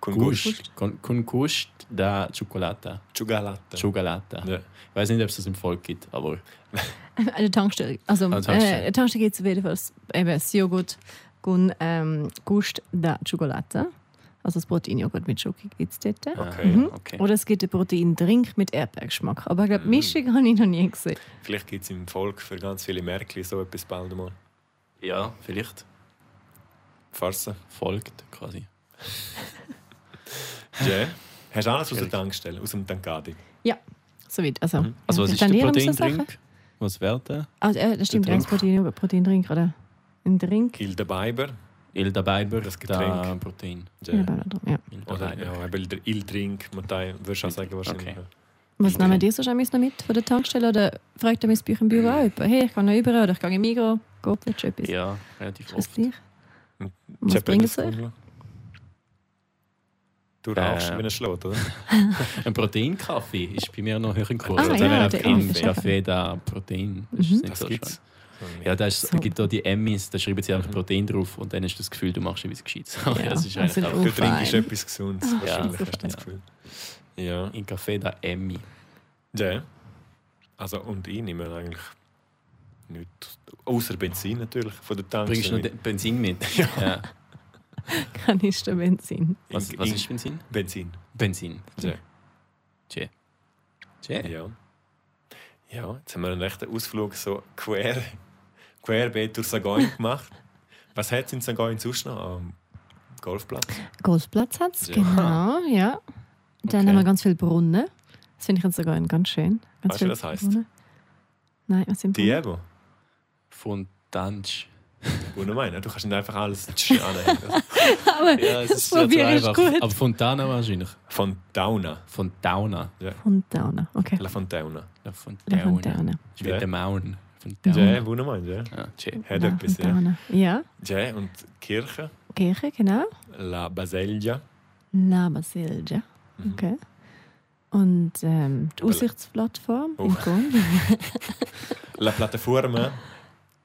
A: Kungusch.
D: Gust con, con Gust da Schokolade,
A: Chugalata.
D: Schokolade.
A: Ja.
D: Ich weiß nicht, ob es das im Volk gibt, aber
C: An der Tankstelle. Also,
D: der
C: an
D: Tankstelle.
C: der Tankstelle gibt es auf jeden Fall das- eben das Joghurt und ähm, Gust da Schokolade. Also das Proteinjoghurt mit Schoki gibt es dort.
A: Okay.
D: Ah, okay.
C: Oder es gibt einen Proteindrink mit Erdbeergeschmack. Aber ich glaube, Mischung habe ich noch nie gesehen.
A: Vielleicht gibt es im Volk für ganz viele Märkli so etwas bald mal.
D: ja, vielleicht
A: Farsa.
D: folgt quasi.
A: Ja. Hast du alles aus der Tankstelle, aus dem Tankadi?
C: Ja, soweit. Also,
D: Also
C: ja,
D: was ist
C: dann
D: der
C: lernen wir so Sachen.
D: Proteindrink? Was wäre der?
C: Also, äh, das stimmt,
D: Der
C: ganz Proteinjoghurt, Proteindrink, oder? Ein Drink?
A: Hilde Biber.
D: Ilda Beiber,
A: Das
D: da
A: Getränk.
D: Protein.
C: Ja.
A: Ja.
C: Oder, ja.
D: Ilda
A: Oder
D: Beiber.
A: ja, eben der Ildrink, Matthai, würdest du auch sagen wahrscheinlich.
D: Hm. Okay.
C: Was
D: Okay.
C: nehmen die sonst manchmal noch mit von der Tankstelle? Oder fragt ihr mich bei euch im Büro auch jemand? Hey, ich gehe noch über oder ich gehe in Migros. Geht nicht schon etwas?
D: Ja, relativ
C: Was
D: oft.
C: gleich?
A: Und
C: Was
A: Zeppelin
C: bringt
A: ist
C: es euch?
A: cool. Du rauchst
D: Äh.
A: wie ein Schlot, oder?
D: Ein Proteinkaffee ist bei mir noch höher im Kurs.
C: Ah, ja,
D: wäre
C: der
D: ein
C: Ingwer.
D: Kaffee da Protein. Das ist nicht
A: Das
D: so
A: gibt's.
D: schlimm. Ja, das ist,
C: Mhm. So.
D: gibt auch die Emmys, da schreiben sie einfach Protein drauf und dann ist das Gefühl, du machst etwas Gescheites. Aber
C: Ja,
D: das ist
C: also
D: eigentlich
C: der
D: auch
A: Du
C: Oh,
A: trinkst
C: fein.
A: etwas Gesundes,
D: Ah,
A: wahrscheinlich hast du das Gefühl. Ja.
D: in Café da Emmy.
A: ja. Also, und ich nehme eigentlich nichts. Außer Benzin natürlich, von der Tanke.
D: Bringst du noch den Benzin mit? Ja.
C: Kanister Benzin.
D: Was, was ist Benzin?
A: Benzin?
D: Benzin.
A: Ja.
D: Tje. Tje.
A: Ja. Ja, jetzt haben wir einen echten Ausflug so quer, querbeet durch Sagoin gemacht. Was hat es in Sagoin sonst noch? Am Golfplatz?
C: Golfplatz hat es,
A: Ja.
C: genau, ja. Dann
D: Okay.
C: haben wir ganz viele Brunnen. Das finde ich jetzt sogar ganz schön.
A: Weißt
C: Ganz
A: du,
C: viele
A: was das heisst?
C: Brunnen. Nein, was sind
A: Die
C: Brunnen?
A: eben.
D: Von Dansch.
A: Und ich meine, du kannst nicht einfach alles annehmen.
C: Aber
D: Ja, es
C: das probiere ich gut.
D: Aber Fontana wahrscheinlich.
A: Von Dauna.
D: Von Dauna.
C: Und Downer, okay.
A: La Fontauna.
D: Ja, Von
C: La
D: Dauna.
C: Fontana.
D: Wie der Mauern. Von Dauna.
A: Ja, wo ich meine, ja.
D: Ja, tje.
A: Hat
C: La
A: etwas, ja.
C: Fontana. Ja,
A: Ja, und die Kirche,
C: Kirche, genau.
A: La Baselgia.
C: La Basilja.
D: Mhm.
C: Okay. Und ähm, die
A: Bel-
C: Aussichtsplattform
A: Oh.
C: in Gon.
A: La Plataforma,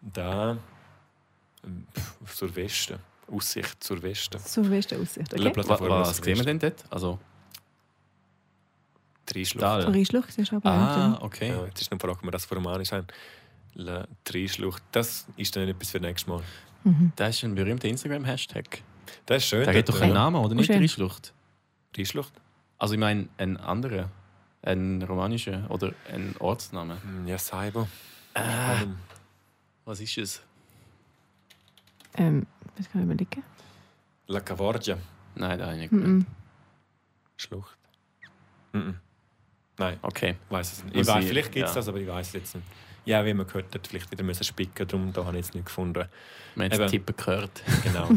A: da ähm, pf, zur Westen. Aussicht zur Westen.
C: So wie ist die Aussicht,
A: La
C: okay?
D: Was,
A: Plataforma
D: was sehen wir denn dort? Also,
A: Dreischlucht.
D: da.
C: Paris-Schlucht ist aber
D: Ah,
C: auch
D: okay.
A: Ja, jetzt ist noch die Frage, ob wir das formalisch haben. La Dreischlucht, das ist dann etwas für nächstes Mal.
C: drin. Mhm.
D: Das ist ein berühmter Instagram-Hashtag.
A: Das ist schön.
D: Da geht doch ein Name, oder nicht?
C: Schön.
D: Die Schlucht.
A: Dreischlucht?
D: Also ich meine, ein anderer, ein romanischer oder ein Ortsname.
A: Hm, Ja, Saibo. Ähm,
D: Was ist es?
C: Ähm, das kann ich überlegen.
A: La Cavorgia,
D: Nein, da habe ich nicht.
C: Mhm.
A: Schlucht. Mhm. Nein,
D: Okay.
A: weiß es nicht.
D: Muss
A: Ich weiß,
D: ich-
A: vielleicht gibt es
D: ja.
A: das, aber ich weiß es jetzt nicht. Ja, wie man gehört hat, vielleicht wieder müssen spicken, darum da habe ich jetzt nicht gefunden.
D: Wir haben
A: Eben.
D: jetzt Tippen gehört.
A: Genau.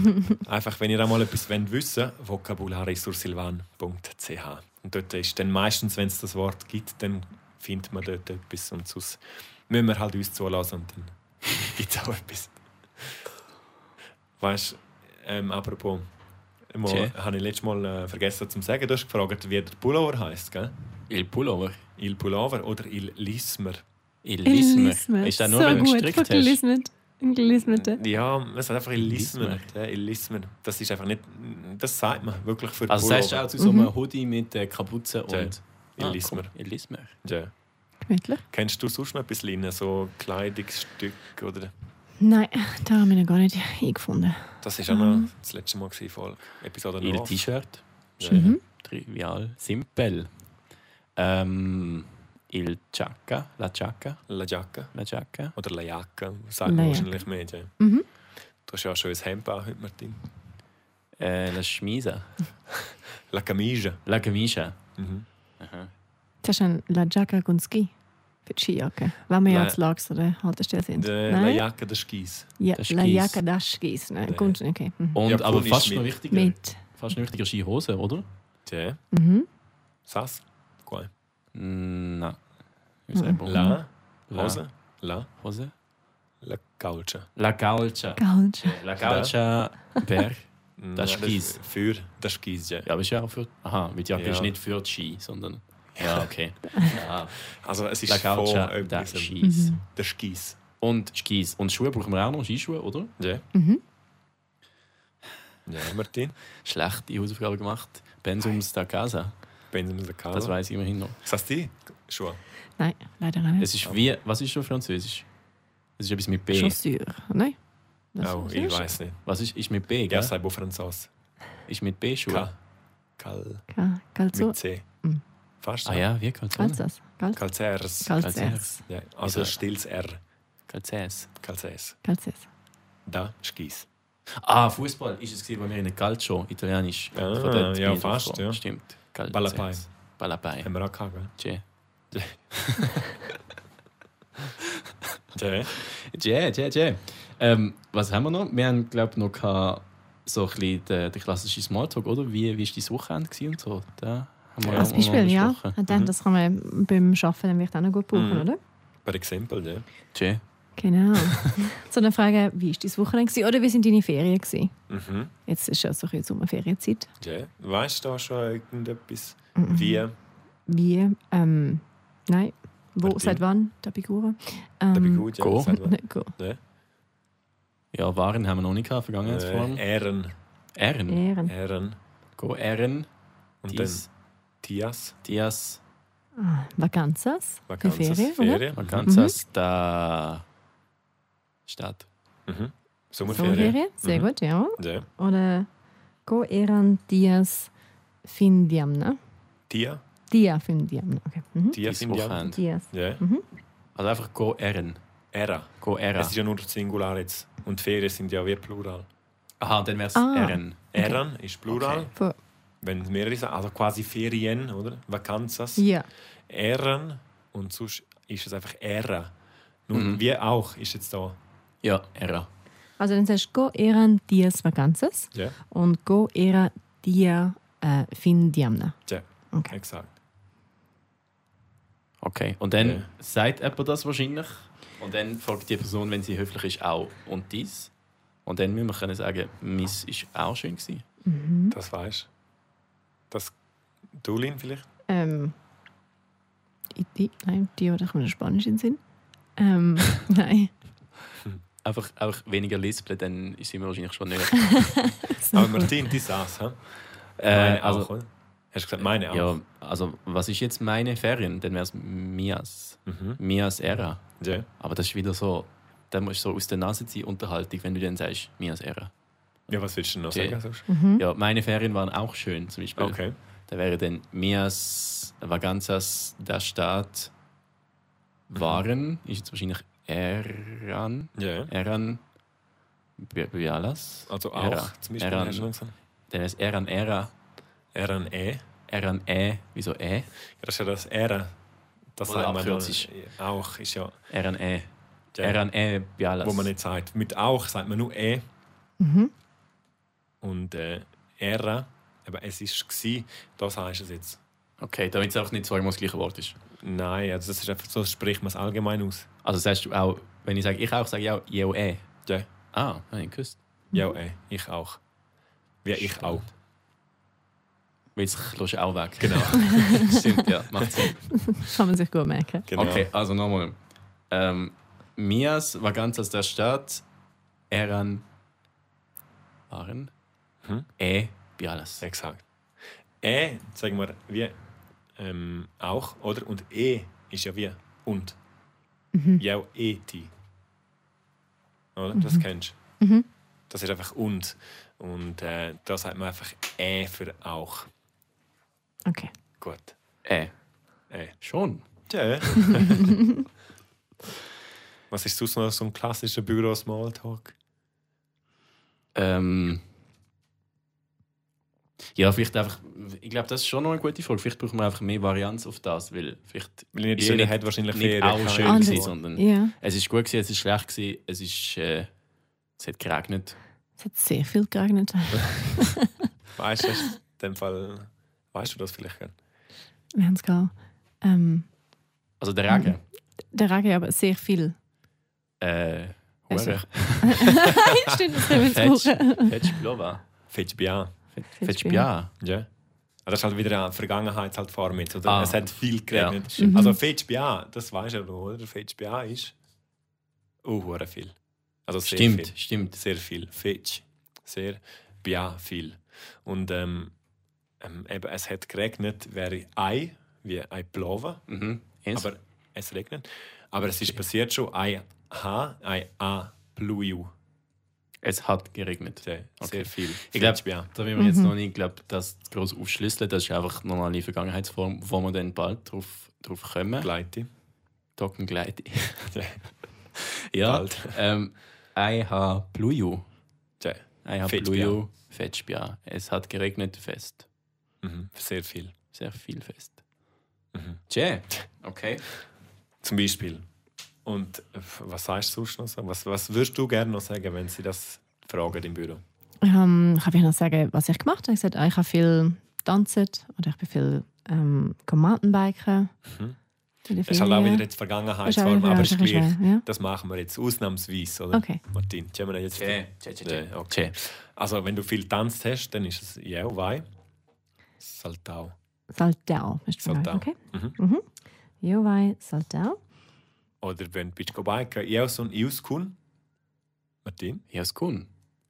A: Einfach, wenn ihr einmal etwas wollt wissen wollt, vokabularissursilvan.ch. Und dort ist dann meistens, wenn es das Wort gibt, dann findet man dort etwas. Und sonst müssen wir halt uns zulassen und dann gibt es auch etwas. Weißt du, ähm, apropos, mal,
D: Tja.
A: habe ich letztes Mal äh, vergessen zu sagen, du hast gefragt, wie der Pullover heisst, gell?
D: Il Pullover.
A: Il Pullover oder Il Lismer?
D: Il Lismer.
C: Lismet.
D: Ist das nur,
C: so
D: wenn du
C: gut,
D: gestrickt
C: von
D: hast?
C: Lismet. In Glismete.
A: Ja, es hat einfach Il Lismer.
D: Lismer.
A: Ja, Il Lismer. Das ist einfach nicht, das sagt man wirklich für
D: Also sagst du auch zu so einem Hoodie mit äh, Kapuze
A: Ja.
D: und...
A: Il Lismer.
D: cool. Ah, Il Lismer.
A: Ja.
C: Gemütlich.
A: Kennst du sonst noch etwas Lina, so Kleidungsstück oder?
C: Nein, da haben wir noch gar nicht eingefunden.
A: Das ist auch
C: Ähm.
A: noch das letzte Mal gewesen, voll Episode
D: Il
A: 9.
D: T-Shirt.
A: Ja.
C: Mhm.
D: Trivial. Simpel. Ähm, il Giacca. La Giacca.
A: La Jacke
D: La Giacca.
A: oder La Jacke, sagt
C: La
A: man
C: Jacke.
A: wahrscheinlich mehr. Ja.
C: Mhm.
A: Du hast ja auch ein schönes Hemd an heute, Martin.
D: Äh, la Schmisa.
A: La Camise.
D: La Camicia.
A: Mhm.
D: Aha.
C: Das ist ein La Giacca Gunski. Für die Skijacke. Wenn
A: Nein.
C: wir ja jetzt Lags oder Haltestelle sind.
D: Äh,
A: Der Äh, La
C: Nein?
A: Jacke, der Skis.
C: Ja,
D: Das
C: La
D: Skis.
C: Giacca das Skis. Nein,
A: Nein.
C: Gunst, okay. Mhm.
D: Und
A: Ja,
D: aber
A: cool,
D: fast
A: ist
D: noch
A: mit.
D: wichtiger.
C: Mit.
D: Fast noch wichtiger Skihose, oder?
A: Ja.
C: Mhm.
A: Sass. Quoi.
D: Mm, Nein. Ich
C: Mhm.
D: sag mal-
A: La.
D: Oh. La.
A: Hose. La.
D: Hose.
A: La Couche.
D: La Gaucha.
C: Galt.
D: La Gaucha. Wer?
A: Nein,
D: Skis.
A: Mm. Für das Skis, ja.
D: Ja, aber ist ja auch für. Aha, weil die Jacke
A: Ja.
D: ist nicht für die Ski, sondern. Ja, okay. Ja,
A: Also es
D: La
A: ist von
D: Gaucha, der
A: etwas.
D: Skis.
C: Mhm.
A: Der Skis.
D: Und Skis. Und Schuhe brauchen wir auch noch, Skischuhe, oder?
A: Ja.
C: Mhm.
A: Ja, Martin.
D: Schlechte Hausaufgabe gemacht. Pensums da Casa.
A: Benjamin Zakala.
D: Das weiß ich immerhin noch.
A: Sagst du die? Schon.
C: Nein, leider nicht.
D: Es ist wie. Was ist schon Französisch? Es ist etwas mit B.
C: Chaussure. Nein. Das
A: eh- Oh,
C: ist-
A: ich weiß nicht.
D: Was ist, ist mit B,
A: Ja,
D: gell?
A: sei beau Franzos.
D: Ist mit B Schuhe.
A: Ka. Kal.
C: Ka- Calzo.
A: Mit C.
C: Mm.
A: Fast.
D: Ah ja, wie Calzone?
C: Calzas. Cal-
A: Calzers.
C: Calzers.
A: ja, also
D: Also-
A: stilles R.
D: Calzes.
A: Calzers.
C: Calzes.
A: Da, Skis.
D: Ah, Fußball ist es gewesen, bei mir in der Calcio, italienisch.
A: Ah,
D: Von dort
A: ja,
D: bin ich
A: fast,
D: davon.
A: ja.
D: Stimmt. Calzes.
A: Balapai.
D: Balapai.
A: Haben wir auch gehabt,
D: Tje.
A: gell?
D: Tje, tje, tje. Ähm, was haben wir noch? Wir haben, glaube ich, noch gehabt, so ein bisschen den, den klassischen Smalltalk, oder? Wie war dein Wochenende gewesen und so? Da haben wir
A: Ja, das
D: auch
C: Als
D: noch
C: Beispiel, ja.
D: besprochen.
C: Ich denke, das kann man beim Arbeiten dann vielleicht auch noch gut brauchen,
A: Mhm.
C: oder?
A: Per Exempel, ja.
D: Tje.
C: Genau. so eine Frage, wie war dein Wochenende gewesen? oder wie sind deine Ferien? Gewesen?
A: Mhm.
C: Jetzt ist ja so ein bisschen Sommerferienzeit.
A: ja. Weißt du da schon irgendetwas? Wie?
C: Wie? Ähm, nein, Wo,
A: Martin.
C: seit wann? Tabigura.
A: Da bin ich
C: Ähm,
A: gut, ja.
D: Go.
A: Sagt man.
C: ne, go.
D: Ja, Waren haben wir noch nicht gehabt, Vergangenheitsform.
A: Äh, Ehren.
D: Ehren.
C: Ehren.
A: Ehren.
D: Go Ehren.
A: Und
D: Dies.
A: dann Tias.
D: Dias.
C: Ah, Vacanzas.
A: Vacanzas.
C: Ferien, oder?
A: Ferien.
D: Vacanzas. Da. Stadt.
A: Mhm. Sommerferien.
C: Sommerferien. Sehr
A: Mhm.
C: gut, ja.
A: Ja.
C: Oder go eran dias fin diamna.
A: Tia.
C: Dia fin diamna. Okay. Mhm.
A: Tia sind ja.
D: Wochenende.
C: Dias.
A: Ja.
D: oh, Also einfach Go Ehren.
A: Era.
D: Go
A: Es
D: Era.
A: ist ja nur Singular jetzt. Und Ferien sind ja wie Plural.
D: Aha, dann wär's
C: Ah.
D: Ehren.
A: Eran ist Plural,
C: Vor,
A: wenn es mehrere sind. Also quasi Ferien, oder? Vacanzas.
C: ja.
A: Ehren. Und sonst ist es einfach Ära. Nur
D: Mhm.
A: wie auch ist jetzt da.
D: Ja, Era.
C: Also dann sagst du go eran dias vacanzas
A: Ja.
C: und go era dia äh, fin diamna.
A: Ja.
C: Okay.
A: Exakt.
D: Okay. Und dann
A: Ja.
D: sagt jemand das wahrscheinlich. Und dann folgt die Person, wenn sie höflich ist, auch und dies. Und dann müssen wir können sagen, Miss ist auch schön gewesen.
A: Das weißt du. Das Dulin vielleicht?
C: Ähm, i- di, nein, die oder ich mir Spanisch in den Sinn. Ähm, nein.
D: Einfach, einfach weniger lispeln, dann sind wir wahrscheinlich schon nicht.
A: Aber Martin, die saß, hä?
D: äh,
A: Meine auch,
D: also,
A: oder? Hast du gesagt, meine auch?
D: ja, also, was ist jetzt meine Ferien? Dann wäre es Mias.
A: Mhm.
D: Mias Ära.
A: Ja.
D: Aber das ist wieder so, da musst du so aus der Nase ziehen, Unterhaltung, wenn du dann sagst, Mias Ära.
A: ja, was willst du denn noch
D: Okay.
A: sagen? sonst?
D: Ja, meine Ferien waren auch schön, zum Beispiel.
A: Okay.
D: Da wäre dann Mias Vaganzas der Staat waren, ist jetzt wahrscheinlich Eran,
A: Ja.
D: Eran Bi- Bialas.
A: Also auch
D: Era.
A: zum Beispiel.
D: Eran.
A: hast du noch gesagt?
D: Dann ist Eran Era,
A: Eran E. Ja,
D: Eran E, wieso E?
A: das ist ja das Era. Das
D: Oder
A: sagt man ja
D: abkürzt.
A: auch. Ist ja,
D: Eran E,
A: ja
D: Eran E Bialas.
A: wo man nicht sagt. Mit auch sagt man nur E. Und äh, Era, aber es ist gsi. Das heißt es jetzt.
D: Okay, damit es auch nicht zweimal das gleiche Wort ist.
A: Nein, also das ist einfach so, spricht man es allgemein aus.
D: Also sagst du auch, wenn ich sage ich auch, sage ich auch Jeo E.
A: Ja.
D: Ah, nein, küsst.
A: Ja, ey, ich auch. Wie ich auch.
D: Weil es lässt du auch weg. Genau. Stimmt, ja, macht Sinn.
C: Kann man sich gut merken.
A: Genau.
D: Okay, also nochmal. Ähm, Mias war ganz aus der Stadt. Eran waren.
A: Hm?
D: E Bialas.
A: Exakt. E, sagen wir, wie ähm, auch, oder? Und E ist ja wie und. Ja, auch eti. Oder? Das kennst du. Das ist einfach und. Und äh, da sagt man einfach E für auch.
C: Okay.
A: Gut.
D: E.
A: E.
D: Schon.
A: Tja. Was ist sonst noch so ein klassischer Büro-Smalltalk?
D: Ähm, ja, vielleicht einfach. Ich glaube, das ist schon noch eine gute Folge. Vielleicht braucht man einfach mehr Varianz auf das, weil vielleicht
A: Weil nicht
D: Ist ja
A: jeder
D: nicht-
A: hat wahrscheinlich
D: nicht
A: Ferien.
D: auch
A: Keine
D: schön
A: Ahnung.
C: Anders.
D: gewesen,
A: Mhm.
D: sondern
C: Ja,
D: es ist gut gewesen, es ist schlecht gewesen, es ist äh, es hat geregnet.
C: es hat sehr viel geregnet.
A: Weißt du, das ist in dem Fall, weißt du das vielleicht? gell?
C: Wir haben es gehabt. Ähm,
D: Also der
C: Mhm.
D: Regen.
C: der Regen aber sehr viel.
D: Äh,
C: Also-
D: Hure.
C: Stimmt, das können wir
D: Fetsch,
C: jetzt brauchen.
D: Fetsch Blova.
A: Fällt bei an.
D: Fetsch Bia.
A: Ja. Aber Das ist halt wieder eine Vergangenheitsform jetzt, oder?
D: Ah.
A: Es hat viel
D: Ja,
A: geregnet.
D: stimmt.
A: Also FHBA, das weißt du noch, oder? FHBA ist oh, hure viel. Also sehr
D: Stimmt,
A: viel.
D: stimmt.
A: Sehr viel. Fetch. Sehr bia viel. Und ähm, ähm, eben, es hat geregnet, wäre ei, wie ei ploven.
D: Mhm. Yes.
A: Aber es regnet. Aber es ist passiert schon ei h, ei a pluiu.
D: es hat geregnet.
A: Sehr,
D: Okay.
A: sehr viel.
D: Ich glaube,
A: FHBA.
D: da will man
C: Mhm.
D: jetzt noch nicht glaub, das groß aufschlüsseln. Das ist einfach nochmal eine Vergangenheitsform, wo wir dann bald drauf, drauf kommen.
A: Gleite.
D: Gleit.
A: Ja.
D: ja.
A: Bald.
D: Ähm, I ha Pluju.
A: Ja.
D: I ha
A: Fetch
D: Pluju. Fetschbia. Es hat geregnet fest.
A: Mhm. Sehr viel.
D: Sehr viel fest.
A: Mhm.
D: Tja. Okay.
A: Zum Beispiel. Und äh, was sagst du sonst noch? so? Was, was würdest du gerne noch sagen, wenn sie das fragen im Büro?
C: Ähm, ich habe noch sagen, was ich gemacht habe. Ich sagte, ich habe viel getanzt oder ich bin viel ähm, gegangen Mountainbiken.
A: Mhm.
C: In der
A: Es ist halt auch
C: Ferien.
A: wieder jetzt
C: Ist auch
A: Vergangenheitsform,
C: wieder-
A: aber es
C: ja,
A: ist gleich.
C: ja.
A: Das machen wir jetzt ausnahmsweise, oder?
C: Okay.
A: Martin, tun wir jetzt.
D: Tja. Tja, tja, tja.
A: Ja, okay. Also, wenn du viel tanzt hast, dann ist es ja, wei. Saltau.
C: Saltau. ist die Frage,
A: Saltau.
C: Okay.
A: Mhm.
C: Mhm. Jovai Saltau.
A: Oder wenn du bist biken, ich habe so einen Euskun, Martin,
D: Euskun.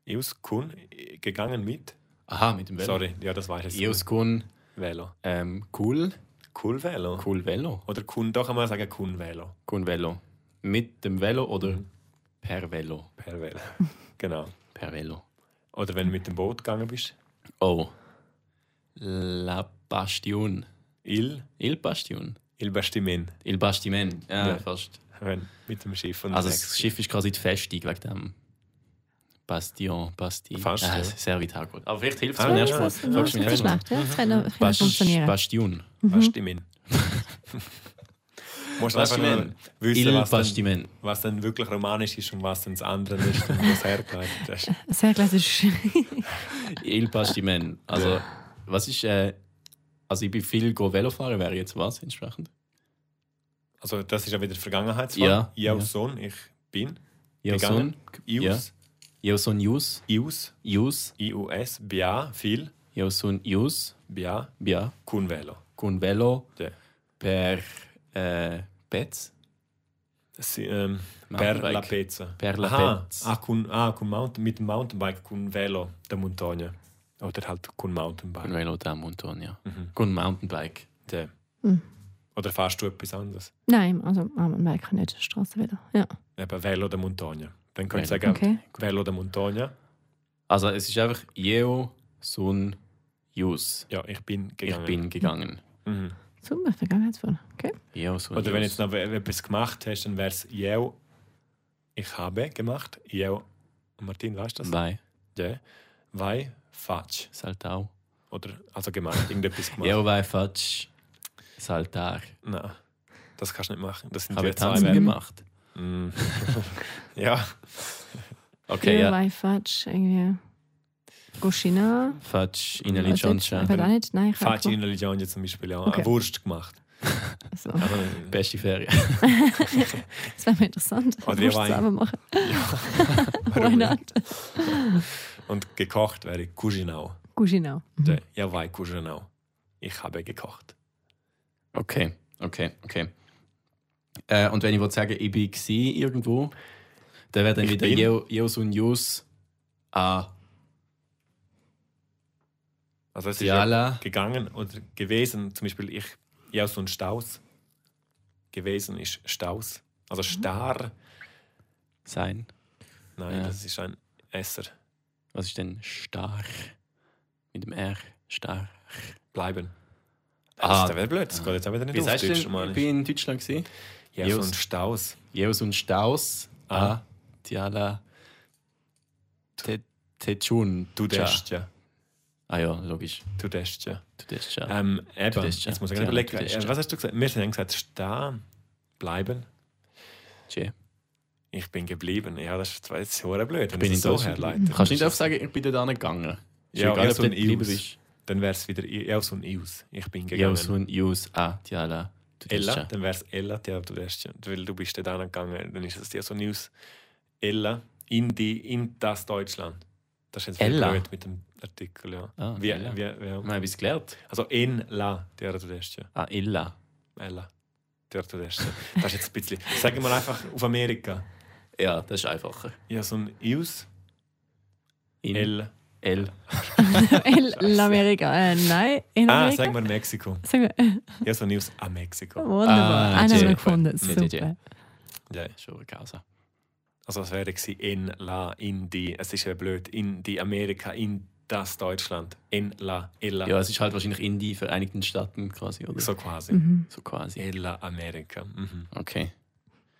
A: Euskun, äh, gegangen mit.
D: Aha, mit dem Velo.
A: Sorry, ja, das weiß ich.
D: Euskun,
A: Velo.
D: ähm, cool.
A: Cool Velo.
D: Cool Velo.
A: Oder Kun, da kann man sagen Kun Velo.
D: Cool Velo. Mit dem Velo oder per Velo?
A: Per Velo. genau.
D: Per Velo.
A: Oder wenn du mit dem Boot gegangen bist,
D: Oh. La Bastion.
A: Il,
D: Il Bastion.
A: Il Bastimin.
D: Il Bastiment. Ja,
A: Ja.
D: fast.
A: Wenn mit dem Schiff und
D: Also
A: Sechs-
D: das Schiff ist quasi die Festung wegen dem Bastion, Bastion.
A: Fast,
D: Ah,
A: ja.
D: Sehr weit hergeholt. Aber vielleicht hilft es
A: Ah,
D: mir
A: ja,
D: erst
A: ja,
D: mal.
A: das-
C: Das
A: Fragst
D: Fragst
C: ist
D: du mich
C: nicht
D: erst mal.
C: schlecht. ja. Das
A: Mhm.
C: kann, kann
D: Bas-
C: funktionieren. Mhm.
D: Bastion.
A: Bastimin. Musst einfach nur
D: Bastimin.
A: wissen,
D: Il
A: was dann,
D: Bastiment.
A: was dann wirklich romanisch ist und was dann das andere ist und was hergeleitet ist.
C: Sehr klassisch.
D: Il Bastiment. Also, was ist. Äh, also, ich bin viel go Velo fahren, wäre jetzt was entsprechend?
A: Also das ist ja wieder Vergangenheitsfall.
D: Ja,
A: Ich als
D: ja.
A: Sohn, ich bin gegangen.
D: Joson.
A: Ius,
D: Joson Jus.
A: Ius,
D: Jus.
A: IUS, Bia, viel,
D: Joson Jus.
A: Bia,
D: Ja.
A: Kun Velo.
D: Con Velo
A: Ja.
D: per. Äh, Betz.
A: Das, ähm, per
D: Mountainbike.
A: la Pezza.
D: Per la
A: Aha,
D: Pezza.
A: ah, kun, ah, kun Mountain, mit dem Mountainbike, kun Velo, der Montagne. Oder halt kun Mountainbike.
D: Con Velo da Montonia.
A: Mhm.
D: Con Mountainbike.
A: Ja.
C: Mhm.
A: Oder fährst du etwas anderes?
C: Nein, also ah, man merkt nicht, Straßenvelo. Ja,
A: Eben Velo der Montagne. Dann könntest du
D: Velo.
A: sagen,
C: okay.
A: Velo der Montagne.
D: Also, es ist einfach Jeo Son Jus.
A: Ja, ich bin
D: Ich
A: gegangen.
D: bin gegangen.
A: Mhm.
C: Super, Vergangenheitsfall. Okay.
D: Jeo Son
A: Oder wenn
D: Jus.
A: jetzt noch e- etwas gemacht hast, dann wäre es Jeo. Ich habe gemacht. Jeo. Martin, weißt du das?
D: Bei
A: Ja. Weil, fatsch.
D: Saltau.
A: Oder, also gemacht, irgendetwas gemacht.
D: Jeo bei Fatsch. Saltar.
A: Nein, das kannst du nicht machen. Das sind
D: Habe
A: ja zwei
D: Tanzen
A: Verben.
D: gemacht.
A: Mhm. ja,
D: Okay, ja.
C: Bei Fatsch, irgendwie. Goschina.
D: Fatsch,
C: Also jetzt- Ich
D: Intelligentia.
C: weiß auch nicht. Nein, ich kann
A: fatsch in der Legion zum Beispiel auch.
C: Okay.
A: Eine Wurst gemacht.
C: Also,
A: Aber,
D: Beste Ferien.
C: Das wäre mal interessant.
A: Oder
C: Wurst
A: Wein.
C: zusammen machen. Why
A: warum nicht?
C: not?
A: Und gekocht wäre Cousinau.
C: Goschina.
A: Ja, ja, weil Cousinau. Ich habe gekocht.
D: Okay, okay, okay. Äh, und wenn ich wollte sagen, ich bin gsi irgendwo, dann wäre dann
A: Ich
D: wieder
A: bin-
D: Jeo- Jeos und Jus a
A: Also es ist ja
D: Diala.
A: gegangen oder gewesen. Zum Beispiel ich, ja so ein Staus. Gewesen ist Staus.
C: Mhm.
A: Also Star.
D: sein.
A: Nein,
D: Ja.
A: das ist ein Esser.
D: Was ist denn starr? Mit dem R. Starr.
A: Bleiben.
D: Ah.
A: Das ist ja blöd. Das geht jetzt auch wieder nicht
D: Wie
A: auf
D: sagst du
A: Deutsch.
D: denn, ich
A: Mann.
D: bin in Deutschland gsi.
A: Ja, so ein
D: Jus.
A: Staus.
D: Jeos und Staus a
A: ah,
D: Diala. Ah. Te- Techun.
A: Du
D: Tja.
A: däscht ja.
D: Ah ja, logisch.
A: Du däscht ja.
D: Du das ja.
A: Ähm, eben,
D: däscht ja.
A: jetzt muss ich
D: Ja,
A: überlegen.
D: du däscht ja.
A: Was hast du gesagt? Wir haben gesagt, stehen, bleiben.
D: Tschä.
A: Ich bin geblieben. Ja, das ist jetzt sehr blöd. wenn
D: bin
A: es
D: in
A: so
D: Deutschland.
A: herleitet.
D: Kannst du nicht einfach sagen, ich bin da gegangen? Ist
A: Ja,
D: egal,
A: ja,
D: ob
A: so
D: du
A: ein
D: geblieben
A: Ius.
D: bist.
A: Dann wäre es wieder i- aus und aus. Ich bin gegangen.
D: Jeos und Jus a Diala. Du das
A: Ella,
D: ja.
A: dann wäre es Ella, ja, du wärst, ja- weil du bist dann gegangen, dann ist es ja so News. Ella in, die, in das Deutschland. Das ist jetzt
D: Ella?
A: blöd mit dem Artikel, ja.
D: Ah,
A: Wie,
D: Ella.
A: wie, wie,
D: Nein, bist gelernt?
A: also in la, der du wärst, ja.
D: Ah, Ella.
A: Ella, der du wärst, ja. Das ist jetzt ein bisschen. Sagen wir einfach auf Amerika.
D: Ja, das ist einfacher.
A: Ja, so ein News,
D: In
A: Ella.
D: L.
C: El Amerika. Äh, nein, in
A: Ah,
C: Amerika.
A: sagen wir Mexiko.
C: Sag mal, äh,
A: Ja, so News an Mexiko.
C: wunderbar.
D: Ah,
C: Einen haben
D: Jay.
C: wir gefunden.
D: Ja, Jay, Jay.
C: Super.
A: Ja.
D: Schon eine Causa.
A: Also es wäre gewesen, in la, in die, es ist ja blöd, in die Amerika, in das Deutschland. In la, Ella.
D: Ja, es ist halt wahrscheinlich in die Vereinigten Staaten quasi, oder?
A: So quasi.
C: Mhm.
D: So quasi.
A: Ella America. Mhm.
D: Okay.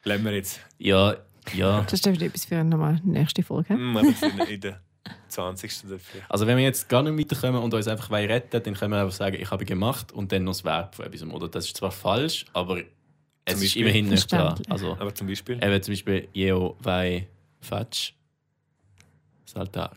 A: Lassen wir jetzt
D: Ja, ja.
C: Das ist vielleicht etwas für nochmal die nächste Folge.
A: mm, das in, in der 20. oder vielleicht.
D: Also wenn wir jetzt gar nicht weiterkommen und uns einfach wollen retten dann können wir einfach sagen, ich habe gemacht und dann noch das Verb von etwas. Oder das ist zwar falsch, aber es ist
A: Beispiel.
D: immerhin nicht klar.
C: Verständlich.
D: Also,
A: Aber zum Beispiel,
D: Eben zum Beispiel Jeo vai Fatsch Saltar.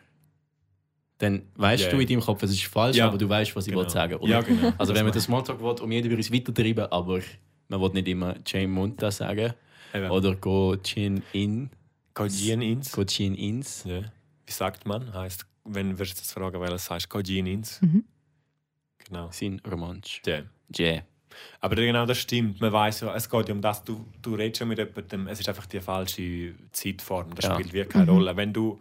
D: Dann weißt
A: Ja,
D: du
A: ja.
D: in deinem Kopf, es ist falsch,
A: Ja.
D: aber du weißt, was ich
A: Genau.
D: wollte sagen. Oder?
A: ja genau.
D: Also wenn man das Smalltalk will, um jeden Preis weitertreiben, aber man will nicht immer Jane Munta sagen.
A: Eben.
D: Oder go Chin in,
A: Kojin ins.
D: go Chin ins.
A: Ja. Ne? Wie sagt man? Heißt, wenn wir das fragen, weil es heißt Kojin ins.
C: Mhm.
A: Genau.
D: Sin Romansch.
A: Ja.
D: Je.
A: Aber genau das stimmt. Man weiß ja, es geht ja um das, du, du redest ja mit jemandem, es ist einfach die falsche Zeitform. Das
D: Ja.
A: spielt wirklich keine
C: Mhm.
A: Rolle. Wenn du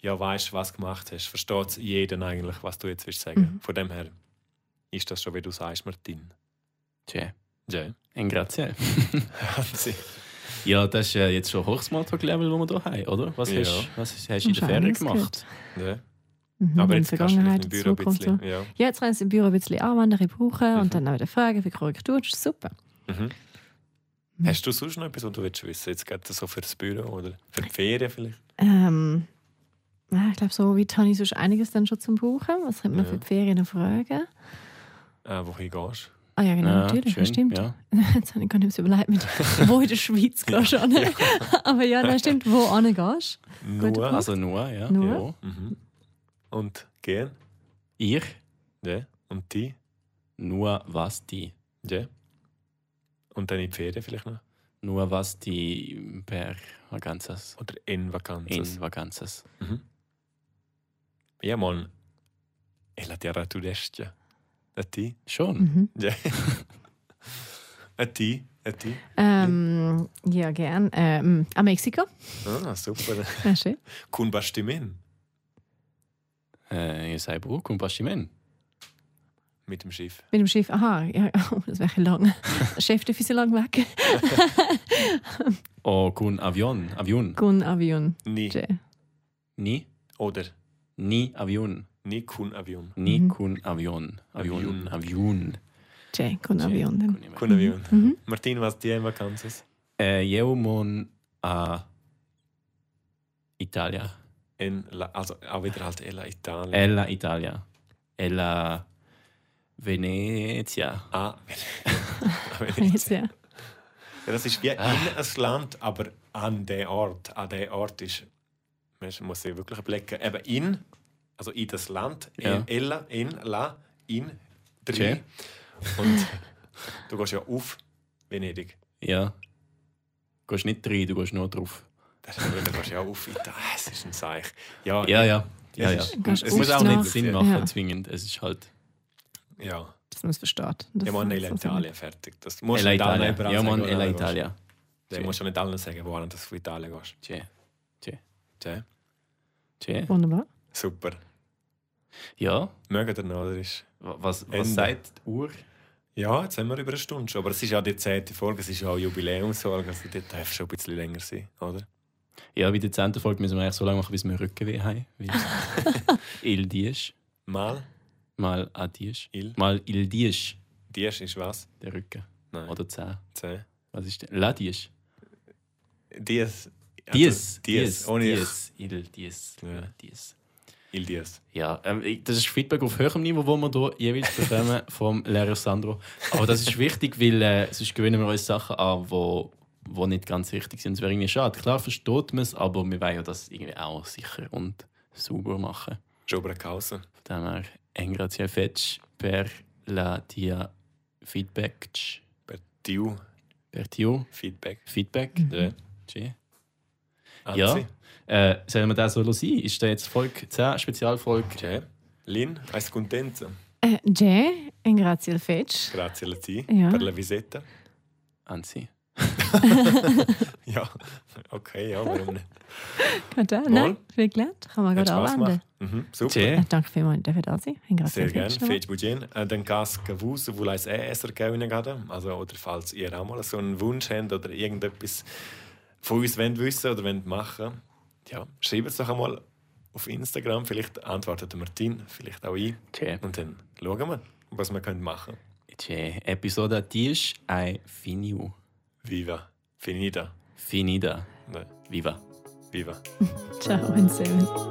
A: ja weißt, was du gemacht hast, versteht jeden eigentlich, was du jetzt willst sagen.
C: Mhm.
A: Von dem her ist das schon, wie du sagst, Martin.
D: Tja,
A: Ja.
D: en grazie. Ja, das ist äh, jetzt schon Hochsmalltalk-Level, das wir hier haben, oder? Was
A: Ja.
D: hast was hast du in
C: Schon
D: der Ferien
C: alles
D: gemacht?
A: ja.
C: Mhm,
A: Ne? Aber
C: in
A: jetzt
C: der
A: kannst du vielleicht
C: Vergangenheit,
A: im Büro ein
C: Zukunft
A: bisschen.
C: so.
A: Ja.
C: Ja, jetzt kannst du im Büro ein bisschen anwandern, brauchen
A: Mhm.
C: und dann auch wieder fragen, wie korrekt du tust. Super.
A: Mhm.
C: Mhm.
A: Hast du sonst noch etwas, was du willst wissen? Jetzt gerade so für das Büro oder für die Ferien vielleicht?
C: Ähm, ja, ich glaube, so wie Toni sonst einiges dann schon zum Buchen. Was könnte man
A: Ja.
C: für die Ferien noch fragen?
A: Äh, wohin gehst
C: Ah ja, genau,
D: Ja,
C: natürlich,
D: schön,
C: das stimmt.
D: Ja.
C: Jetzt habe ich gar nicht so überlegt, mit wo in der Schweiz gehst du hin. Aber ja, das stimmt, wo hin gehst.
A: du?
C: Guter
A: Nur.
C: Punkt.
D: Also nur, ja.
C: Nur?
A: Mhm. Und gehen?
D: ja. Ich,
A: Ja. Und die?
D: nur was die.
A: Ja. Und dann in die Ferien vielleicht noch?
D: Nur was die per Vacanzas.
A: Oder in
D: In
A: Vakanzas?
D: Vacanzas.
A: Ja, Mann. E la terra tudestia. A ti?
D: Schon.
C: Mhm.
A: Ja. A ti? A ti?
C: Ähm, ja, gern. Ähm, an Mexiko.
A: Ah, super.
C: Ja, schön.
A: Kun bastimin?
D: Äh, ihr seid Bruck und Baschimen.
A: Mit dem Schiff.
C: Mit dem Schiff. Aha, ja, oh, das wäre lang. Das Schiff darf so lang weg.
D: Oh, kun Avion. Avion.
C: Gun Avion.
A: Ni.
C: Ja.
D: Ni.
A: Oder
D: Ni Avion.
A: ni kun avion.
D: Ni
C: Mhm.
D: kun Avion.
A: Avion.
D: Avion. Avion.
C: Ja, Gun Avion. Dann.
A: Kun avion.
C: Mhm.
A: Martin, was die in Vakanzas?
D: Äh, Jeumon a Italia.
A: In la, also auch wieder halt Ella Italien.
C: Äh.
D: Ella Italia. Ella Venezia.
A: ah,
C: Jetzt, ja.
A: Ja, das ist wie
D: Ah.
A: in ein Land, aber an den Ort. An den Ort ist. Man muss sich wirklich blicken. Eben in, also in das Land,
D: Ja.
A: in Ella, in La, in drei.
D: Tschä.
A: Und du gehst ja auf Venedig.
D: Ja. Du gehst nicht rein, du gehst nur drauf.
A: Das ist aber- Du gehst ja auf Italien. Es ist ein Zeichen. Ja,
D: Ja, ja. ja, ja.
A: Es, ist,
C: Gehst
A: es
C: auf
A: muss auch
C: nach-
A: nicht
D: Nicht Sinn
A: machen.
D: machen,
C: Ja.
D: zwingend. Es ist halt.
A: Ja,
C: Dass man es versteht. Das
A: ja man
C: das-
A: Ella
C: das-
A: Italien fertig. Das musst du
D: Ella
A: nicht allen
D: Italia.
A: überall
D: Ja, Mann,
A: wo du
D: Ella
A: hingehst.
D: Italia.
A: Du musst ja nicht allen sagen, wo du auf Italien gehst.
D: Tschä.
A: Tschä.
D: Tschä.
C: Wunderbar.
A: Super.
D: Ja.
A: Mögen ihr noch, oder ist?
D: Was,
A: Ende.
D: was sagt die Uhr?
A: Ja, jetzt haben wir über eine Stunde schon. Aber es ist ja die zehnte Folge, es ist ja auch Jubiläumsfolge, also die darf schon ein bisschen länger sein, oder?
D: Ja, bei der 10. Folge müssen wir eigentlich so lange machen, bis wir Rückenweh haben. Weil Il Diesch.
A: Mal,
D: Mal A Diesch.
A: il,
D: Mal Il Diesch.
A: dies ist was?
D: Der Rücken.
A: Nein,
D: Oder 10.
A: zehn.
D: Was ist denn? La Diesch.
A: Dies. Also,
D: Dies.
A: dies. Ohne dies.
D: Dies. Il Dies.
A: Ja.
D: La Dies.
A: Il dies.
D: Ja, ähm, ich- das ist Feedback auf höherem Niveau, das wir hier jeweils bekommen vom Lehrer Sandro. Aber das ist wichtig, weil äh, sonst gewöhnen wir uns Sachen an, die wo, wo nicht ganz richtig sind. Es wäre irgendwie schade. Klar versteht man es, aber wir wollen ja das irgendwie auch sicher und sauber machen.
A: Jobra Kausen.
D: Von dem her, en grazie fetch per la dia feedback tsch.
A: Per Tiu.
D: per tio
A: Feedback.
D: feedback.
A: Ja.
D: Tschä.
A: Anzi.
D: Äh, sollen wir das so sein? Ist das jetzt Folge 10, Spezialfolge?
A: C'è. Lin, es contenta.
C: Äh, Jay, in grazie al fetch.
A: Grazie a ti
C: Ja.
A: per la visita.
D: Anzi.
A: Ja, okay, ja, warum nicht?
C: Gut, ja.
A: Wohl.
C: Nein, viel gelernt. Kann man
A: Hat
C: gut
A: Spass
C: anwenden.
A: gemacht. Mhm, super.
D: Tschä.
C: Äh, danke vielmals, dass ihr da seid. In grazie
A: Sehr
C: al
A: gerne.
C: fetch. nochmal.
A: Fetch Budgen. Äh, Dann kannst du wissen, wo es Esser gewinnen kann. Also, oder falls ihr auch mal so einen Wunsch habt oder irgendetwas von uns wollt wissen oder wollt machen ja, schreibt es doch einmal auf Instagram. Vielleicht antwortet der Martin, vielleicht auch ich.
D: Tschä.
A: Und dann schauen wir, was wir können machen können.
D: C'è episodio 10 è finito.
A: Viva. Finita.
D: Finita.
A: Nein,
D: Viva.
A: viva.
C: Ciao, in seven.